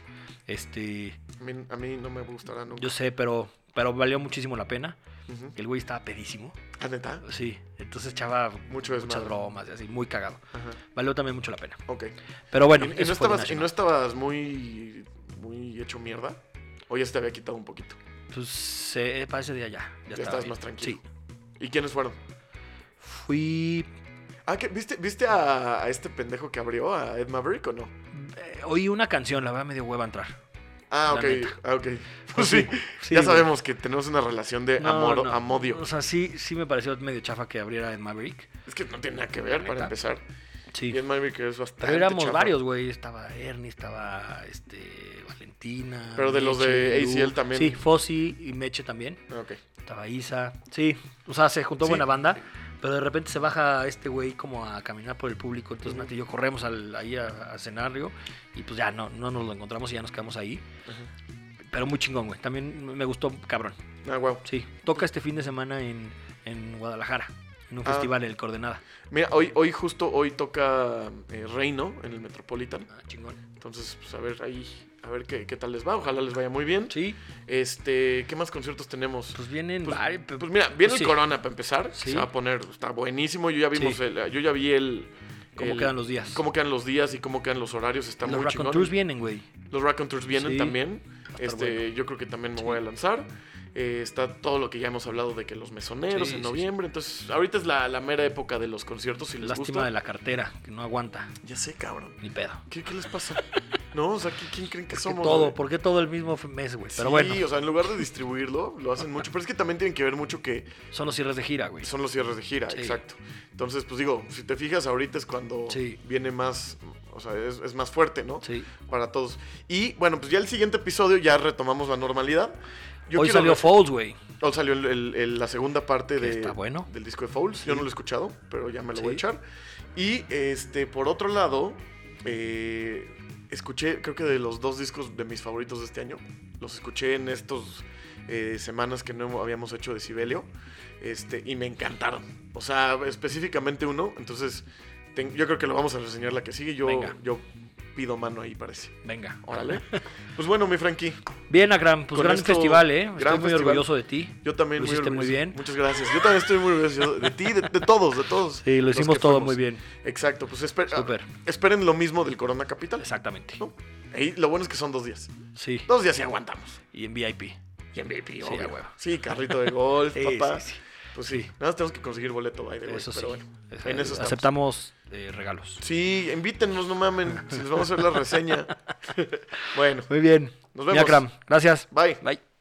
Speaker 1: Este,
Speaker 2: A mí, a mí no me gustará nunca.
Speaker 1: yo sé, pero, pero valió muchísimo la pena.
Speaker 2: Ujú.
Speaker 1: El güey estaba pedísimo.
Speaker 2: ¿Ah, neta?
Speaker 1: Sí, entonces echaba
Speaker 2: Mucho
Speaker 1: muchas
Speaker 2: desmadre.
Speaker 1: bromas y así, muy cagado.
Speaker 2: Ajá,
Speaker 1: Valió también mucho la pena.
Speaker 2: ok.
Speaker 1: Pero bueno,
Speaker 2: ¿Y- ¿Y, no
Speaker 1: eso fue The
Speaker 2: estabas, y no
Speaker 1: National.
Speaker 2: estabas muy, muy hecho mierda? ¿O ya se te había quitado un poquito?
Speaker 1: Pues eh, para ese día ya. Ya, estaba
Speaker 2: estabas
Speaker 1: bien.
Speaker 2: más tranquilo.
Speaker 1: Sí.
Speaker 2: ¿Y quiénes fueron?
Speaker 1: Fui
Speaker 2: Ah, ¿qué? ¿viste, viste a, a este pendejo que abrió, a Ed Maverick o no?
Speaker 1: Eh, oí una canción, la verdad me dio hueva entrar.
Speaker 2: Ah,
Speaker 1: La
Speaker 2: ok,
Speaker 1: neta.
Speaker 2: ah, ok. Pues sí,
Speaker 1: sí,
Speaker 2: ya
Speaker 1: güey.
Speaker 2: sabemos que tenemos una relación de
Speaker 1: No,
Speaker 2: amor,
Speaker 1: no.
Speaker 2: amodio.
Speaker 1: O sea, sí, sí me pareció medio chafa que abriera en Maverick.
Speaker 2: Es que no tiene nada que
Speaker 1: La
Speaker 2: ver,
Speaker 1: neta.
Speaker 2: para empezar.
Speaker 1: Sí.
Speaker 2: Y Ed Maverick es bastante
Speaker 1: Pero éramos
Speaker 2: chafa.
Speaker 1: varios, güey. Estaba Ernie, estaba este Valentina.
Speaker 2: Pero de los de
Speaker 1: Meche,
Speaker 2: ACL también.
Speaker 1: Sí, Fossi y Meche también.
Speaker 2: Ah, Ok.
Speaker 1: Estaba Isa. Sí, o sea, se juntó
Speaker 2: Sí.
Speaker 1: buena banda. Pero de repente se baja este güey como a caminar por el público. Entonces
Speaker 2: Ujú.
Speaker 1: Nati y yo corremos al- ahí a, a cenarrio. Y pues ya no, no nos lo encontramos y ya nos quedamos ahí.
Speaker 2: Ajá.
Speaker 1: Pero muy chingón, güey. También me gustó cabrón.
Speaker 2: Ah, wow.
Speaker 1: Sí, toca este fin de semana en, en Guadalajara, en un
Speaker 2: Ah.
Speaker 1: festival en el Coordenada.
Speaker 2: Mira, hoy, hoy justo hoy toca eh, Reino en el Metropolitan.
Speaker 1: Ah, chingón.
Speaker 2: Entonces, pues a ver ahí, a ver qué, qué tal les va. Ojalá les vaya muy bien.
Speaker 1: Sí,
Speaker 2: Este, ¿qué más conciertos tenemos?
Speaker 1: pues vienen
Speaker 2: Pues,
Speaker 1: varios, pe-
Speaker 2: pues mira, viene
Speaker 1: pues sí.
Speaker 2: el Corona para empezar. que
Speaker 1: Sí.
Speaker 2: Se va a poner, está buenísimo. Yo ya vimos,
Speaker 1: Sí.
Speaker 2: el- yo ya vi el.
Speaker 1: ¿Cómo
Speaker 2: el-
Speaker 1: quedan los días?
Speaker 2: Cómo quedan los días y cómo quedan los horarios. Está
Speaker 1: Los
Speaker 2: muy chingón.
Speaker 1: Raconteurs vienen, güey.
Speaker 2: Los Raconteurs vienen
Speaker 1: Sí.
Speaker 2: también.
Speaker 1: estar
Speaker 2: Este,
Speaker 1: bueno.
Speaker 2: yo creo que también me voy a lanzar. Eh, está todo lo que ya hemos hablado de que los mesoneros
Speaker 1: Sí,
Speaker 2: en
Speaker 1: sí,
Speaker 2: noviembre. Entonces, ahorita es la, la mera época de los conciertos. Si les
Speaker 1: Lástima
Speaker 2: gusta.
Speaker 1: de la cartera, que no aguanta,
Speaker 2: Ya sé, cabrón.
Speaker 1: ni pedo.
Speaker 2: ¿Qué, qué les pasa? no, o sea, ¿qui- ¿quién creen que
Speaker 1: ¿Por qué
Speaker 2: somos?
Speaker 1: todo,
Speaker 2: güey?
Speaker 1: ¿Por qué todo el mismo f- mes, güey? Pero
Speaker 2: sí,
Speaker 1: bueno,
Speaker 2: o sea, en lugar de distribuirlo, lo hacen mucho. Pero es que también tienen que ver mucho que
Speaker 1: son los cierres de gira, güey.
Speaker 2: son los cierres de gira,
Speaker 1: Sí.
Speaker 2: exacto. Entonces, pues digo, si te fijas, ahorita es cuando
Speaker 1: Sí.
Speaker 2: viene más, o sea, es, es más fuerte, ¿no?
Speaker 1: Sí.
Speaker 2: Para todos. Y bueno, pues ya el siguiente episodio ya retomamos la normalidad. Yo
Speaker 1: Hoy
Speaker 2: quiero
Speaker 1: salió
Speaker 2: ver-
Speaker 1: Falls, güey.
Speaker 2: Hoy salió el- el- el- la segunda parte
Speaker 1: Que
Speaker 2: de,
Speaker 1: está bueno.
Speaker 2: del disco de Fouls. Yo
Speaker 1: Sí.
Speaker 2: no lo he escuchado, pero ya me lo voy a
Speaker 1: Sí.
Speaker 2: echar. Y este, por otro lado, eh, escuché, creo que de los dos discos de mis favoritos de este año, los escuché en estas semanas que no habíamos hecho de Sibelio. Este, y me encantaron. O sea, específicamente uno. Entonces, ten- yo creo que lo vamos a reseñar la que sigue. Yo,
Speaker 1: Venga.
Speaker 2: yo pido mano ahí, parece.
Speaker 1: Venga.
Speaker 2: Órale. pues bueno, mi Frankie.
Speaker 1: Bien, Akram, pues
Speaker 2: Oh. Con
Speaker 1: gran
Speaker 2: esto,
Speaker 1: festival, ¿eh? Estoy
Speaker 2: gran
Speaker 1: muy
Speaker 2: festival.
Speaker 1: orgulloso de ti.
Speaker 2: Yo también
Speaker 1: Lo hiciste muy
Speaker 2: orgulloso.
Speaker 1: bien.
Speaker 2: Muchas gracias. Yo también estoy muy orgulloso de ti, de, de todos, de todos.
Speaker 1: Sí, lo
Speaker 2: los
Speaker 1: hicimos
Speaker 2: que
Speaker 1: todo
Speaker 2: fuimos.
Speaker 1: muy bien.
Speaker 2: Exacto, pues esper- ah,
Speaker 1: Súper.
Speaker 2: esperen lo mismo del Corona Capital.
Speaker 1: Exactamente.
Speaker 2: ¿no? Ahí lo bueno es que son dos días.
Speaker 1: Sí.
Speaker 2: Dos días y aguantamos.
Speaker 1: Y en VIP.
Speaker 2: Y en VIP, sí,
Speaker 1: a huevo.
Speaker 2: Sí, carrito de golf,
Speaker 1: Sí,
Speaker 2: papá.
Speaker 1: sí, sí.
Speaker 2: Pues sí, nada más tenemos que conseguir boleto, by the way,
Speaker 1: Eso sí.
Speaker 2: pero bueno,
Speaker 1: Esa-
Speaker 2: en eso estamos.
Speaker 1: Aceptamos eh, regalos.
Speaker 2: Sí, invítenos, no mamen, si les vamos a hacer la reseña. bueno,
Speaker 1: Muy bien. Nos
Speaker 2: Mira,
Speaker 1: vemos.
Speaker 2: Cram, gracias.
Speaker 1: Bye.
Speaker 2: Bye.